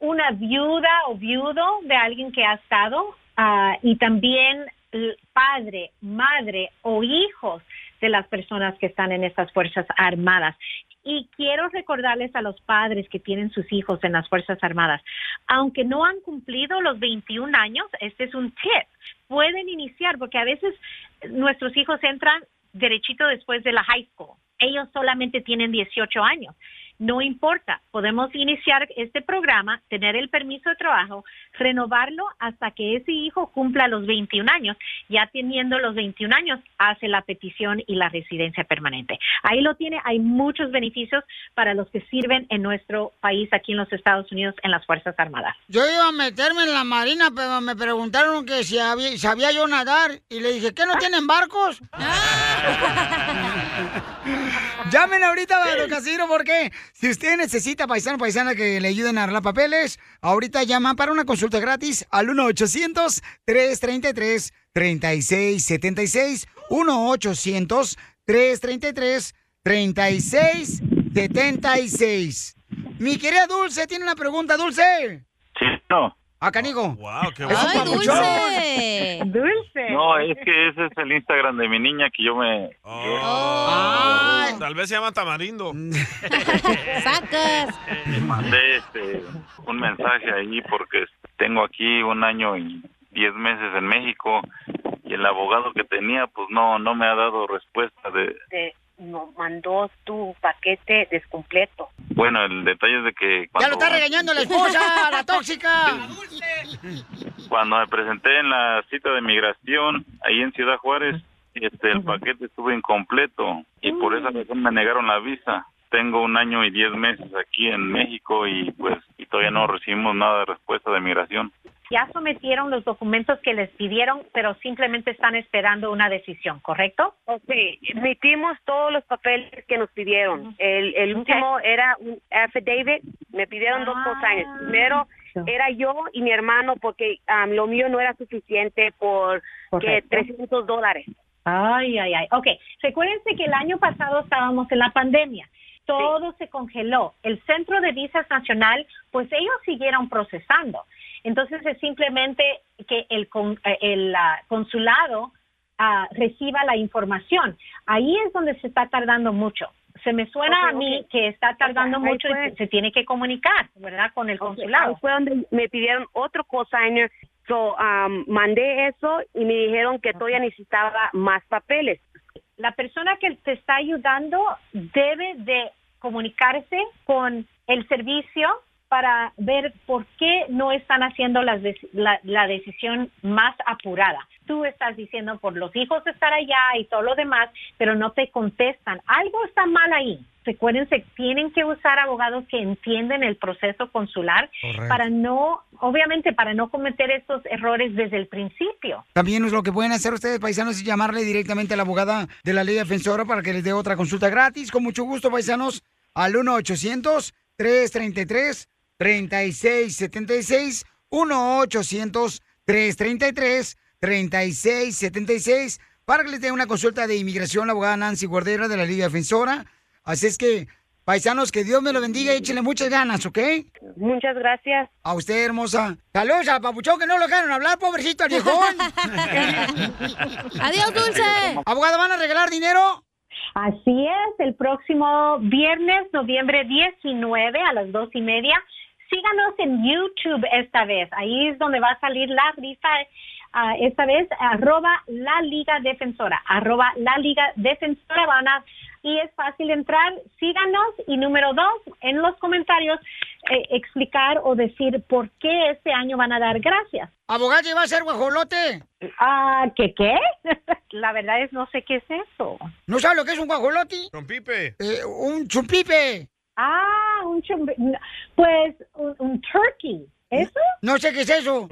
[SPEAKER 12] una viuda o viudo de alguien que ha estado ah, y también l- padre, madre o hijos de las personas que están en estas Fuerzas Armadas. Y quiero recordarles a los padres que tienen sus hijos en las Fuerzas Armadas, aunque no han cumplido los 21 años, este es un tip, pueden iniciar porque a veces nuestros hijos entran derechito después de la high school. Ellos solamente tienen 18 años. No importa, podemos iniciar este programa, tener el permiso de trabajo, renovarlo hasta que ese hijo cumpla los 21 años. Ya teniendo los 21 años, hace la petición y la residencia permanente. Ahí lo tiene, hay muchos beneficios para los que sirven en nuestro país, aquí en los Estados Unidos, en las Fuerzas Armadas.
[SPEAKER 3] Yo iba a meterme en la marina, pero me preguntaron que si había- sabía yo Ah.
[SPEAKER 2] *laughs*
[SPEAKER 3] nadar y le dije, ¿qué no tienen barcos? Llamen ahorita a Don Casimiro porque si usted necesita paisano paisana que le ayuden a arreglar papeles, ahorita llama para una consulta gratis al 1-800-333-3676. 1-800-333-3676. Mi querida Dulce tiene una pregunta, Dulce.
[SPEAKER 17] Sí, no.
[SPEAKER 3] Ah, canigo.
[SPEAKER 2] Wow, qué
[SPEAKER 3] Es un
[SPEAKER 17] bueno.
[SPEAKER 3] papuchón.
[SPEAKER 17] Dulce.
[SPEAKER 3] Dulce.
[SPEAKER 17] No, es que ese es el Instagram de mi niña que yo me... yo-
[SPEAKER 18] Oh.
[SPEAKER 3] Oh.
[SPEAKER 2] Tal vez se llama
[SPEAKER 3] *laughs*
[SPEAKER 2] Tamarindo.
[SPEAKER 4] *laughs* ¡Sacas!
[SPEAKER 17] le mandé este, un mensaje ahí porque tengo aquí un año y diez meses en México y el abogado que tenía pues no no me ha dado respuesta de
[SPEAKER 18] Te nos mandó tu paquete descompleto.
[SPEAKER 17] bueno el detalle es de que
[SPEAKER 18] Ya
[SPEAKER 17] cuando,
[SPEAKER 18] lo está
[SPEAKER 3] regañando la esposa, la tóxica.
[SPEAKER 17] cuando me presenté en la cita de migración ahí en Ciudad Juárez este el paquete estuvo incompleto y por esa razón me negaron la visa tengo un año y diez meses aquí en México y pues y todavía no recibimos nada de respuesta de migración
[SPEAKER 12] Ya sometieron los documentos que les pidieron, pero simplemente están esperando una decisión, ¿correcto?
[SPEAKER 18] Sí, emitimos todos los papeles que nos pidieron. El, el último era un affidavit, me pidieron
[SPEAKER 12] Ah.
[SPEAKER 18] dos cosañas. Primero era yo y mi hermano porque ah, lo mío no era suficiente por que
[SPEAKER 12] Correcto.
[SPEAKER 18] 300 dólares.
[SPEAKER 12] Ay, ay, ay. Ok, recuérdense que el año pasado estábamos en la pandemia. Todo se congeló. El Centro de Visas Nacional, pues ellos siguieron procesando. Entonces es simplemente que el, con- eh, el ah, consulado ah, reciba la información. Ahí es donde se está tardando mucho. Se me suena
[SPEAKER 18] Ok,
[SPEAKER 12] a mí
[SPEAKER 18] ok.
[SPEAKER 12] que está tardando
[SPEAKER 18] ahí
[SPEAKER 12] mucho y
[SPEAKER 18] fue.
[SPEAKER 12] que se tiene que comunicar, ¿verdad? Con el consulado.
[SPEAKER 18] Ahí fue donde me pidieron otro cosigner. So, um, mandé eso y me dijeron que todavía necesitaba más papeles.
[SPEAKER 12] la persona que te está ayudando debe de comunicarse con el servicio para ver por qué no están haciendo las des- la, la decisión más apurada. Tú estás diciendo por los hijos estar allá y todo lo demás, pero no te contestan. Algo está mal ahí. Recuérdense, tienen que usar abogados que entienden el proceso consular
[SPEAKER 3] Correcto.
[SPEAKER 12] para no, obviamente, para no cometer estos errores desde el principio.
[SPEAKER 3] También es lo que pueden hacer ustedes, paisanos, es llamarle directamente a la abogada de la ley defensora para que les dé otra consulta gratis. Con mucho gusto, paisanos, al 1-800-333-3676. 1-800-333-3676 para que les dé una consulta de inmigración la abogada Nancy Guardera de la ley defensora. Así es que, paisanos, que Dios me lo bendiga y échenle muchas ganas, ¿ok?
[SPEAKER 18] Muchas gracias.
[SPEAKER 3] A usted, hermosa. Saludos a Papuchón, que no lo dejaron hablar, pobrecito, al
[SPEAKER 18] *laughs*
[SPEAKER 3] viejón.
[SPEAKER 8] *laughs*
[SPEAKER 4] Adiós, Dulce.
[SPEAKER 3] Abogado, ¿van a regalar dinero?
[SPEAKER 12] Así es, el próximo viernes, noviembre 19 a las dos y media. Síganos en YouTube esta vez. Ahí es donde va a salir la rifa. ah, esta vez, arroba la Liga Defensora. Arroba la Liga Defensora. Van a- y es fácil entrar. Síganos. Y número dos, en los comentarios, eh, explicar o decir por qué este año van a dar gracias.
[SPEAKER 3] ¿Abogado va a ser guajolote?
[SPEAKER 12] Ah, ¿qué qué? *laughs* La verdad es, no sé qué es eso.
[SPEAKER 3] ¿No sabe lo que es un guajolote?
[SPEAKER 2] Chompipe.
[SPEAKER 3] un chumpipe.
[SPEAKER 12] Ah, un chumpipe. Pues un, un turkey. ¿Eso?
[SPEAKER 3] No sé qué es eso.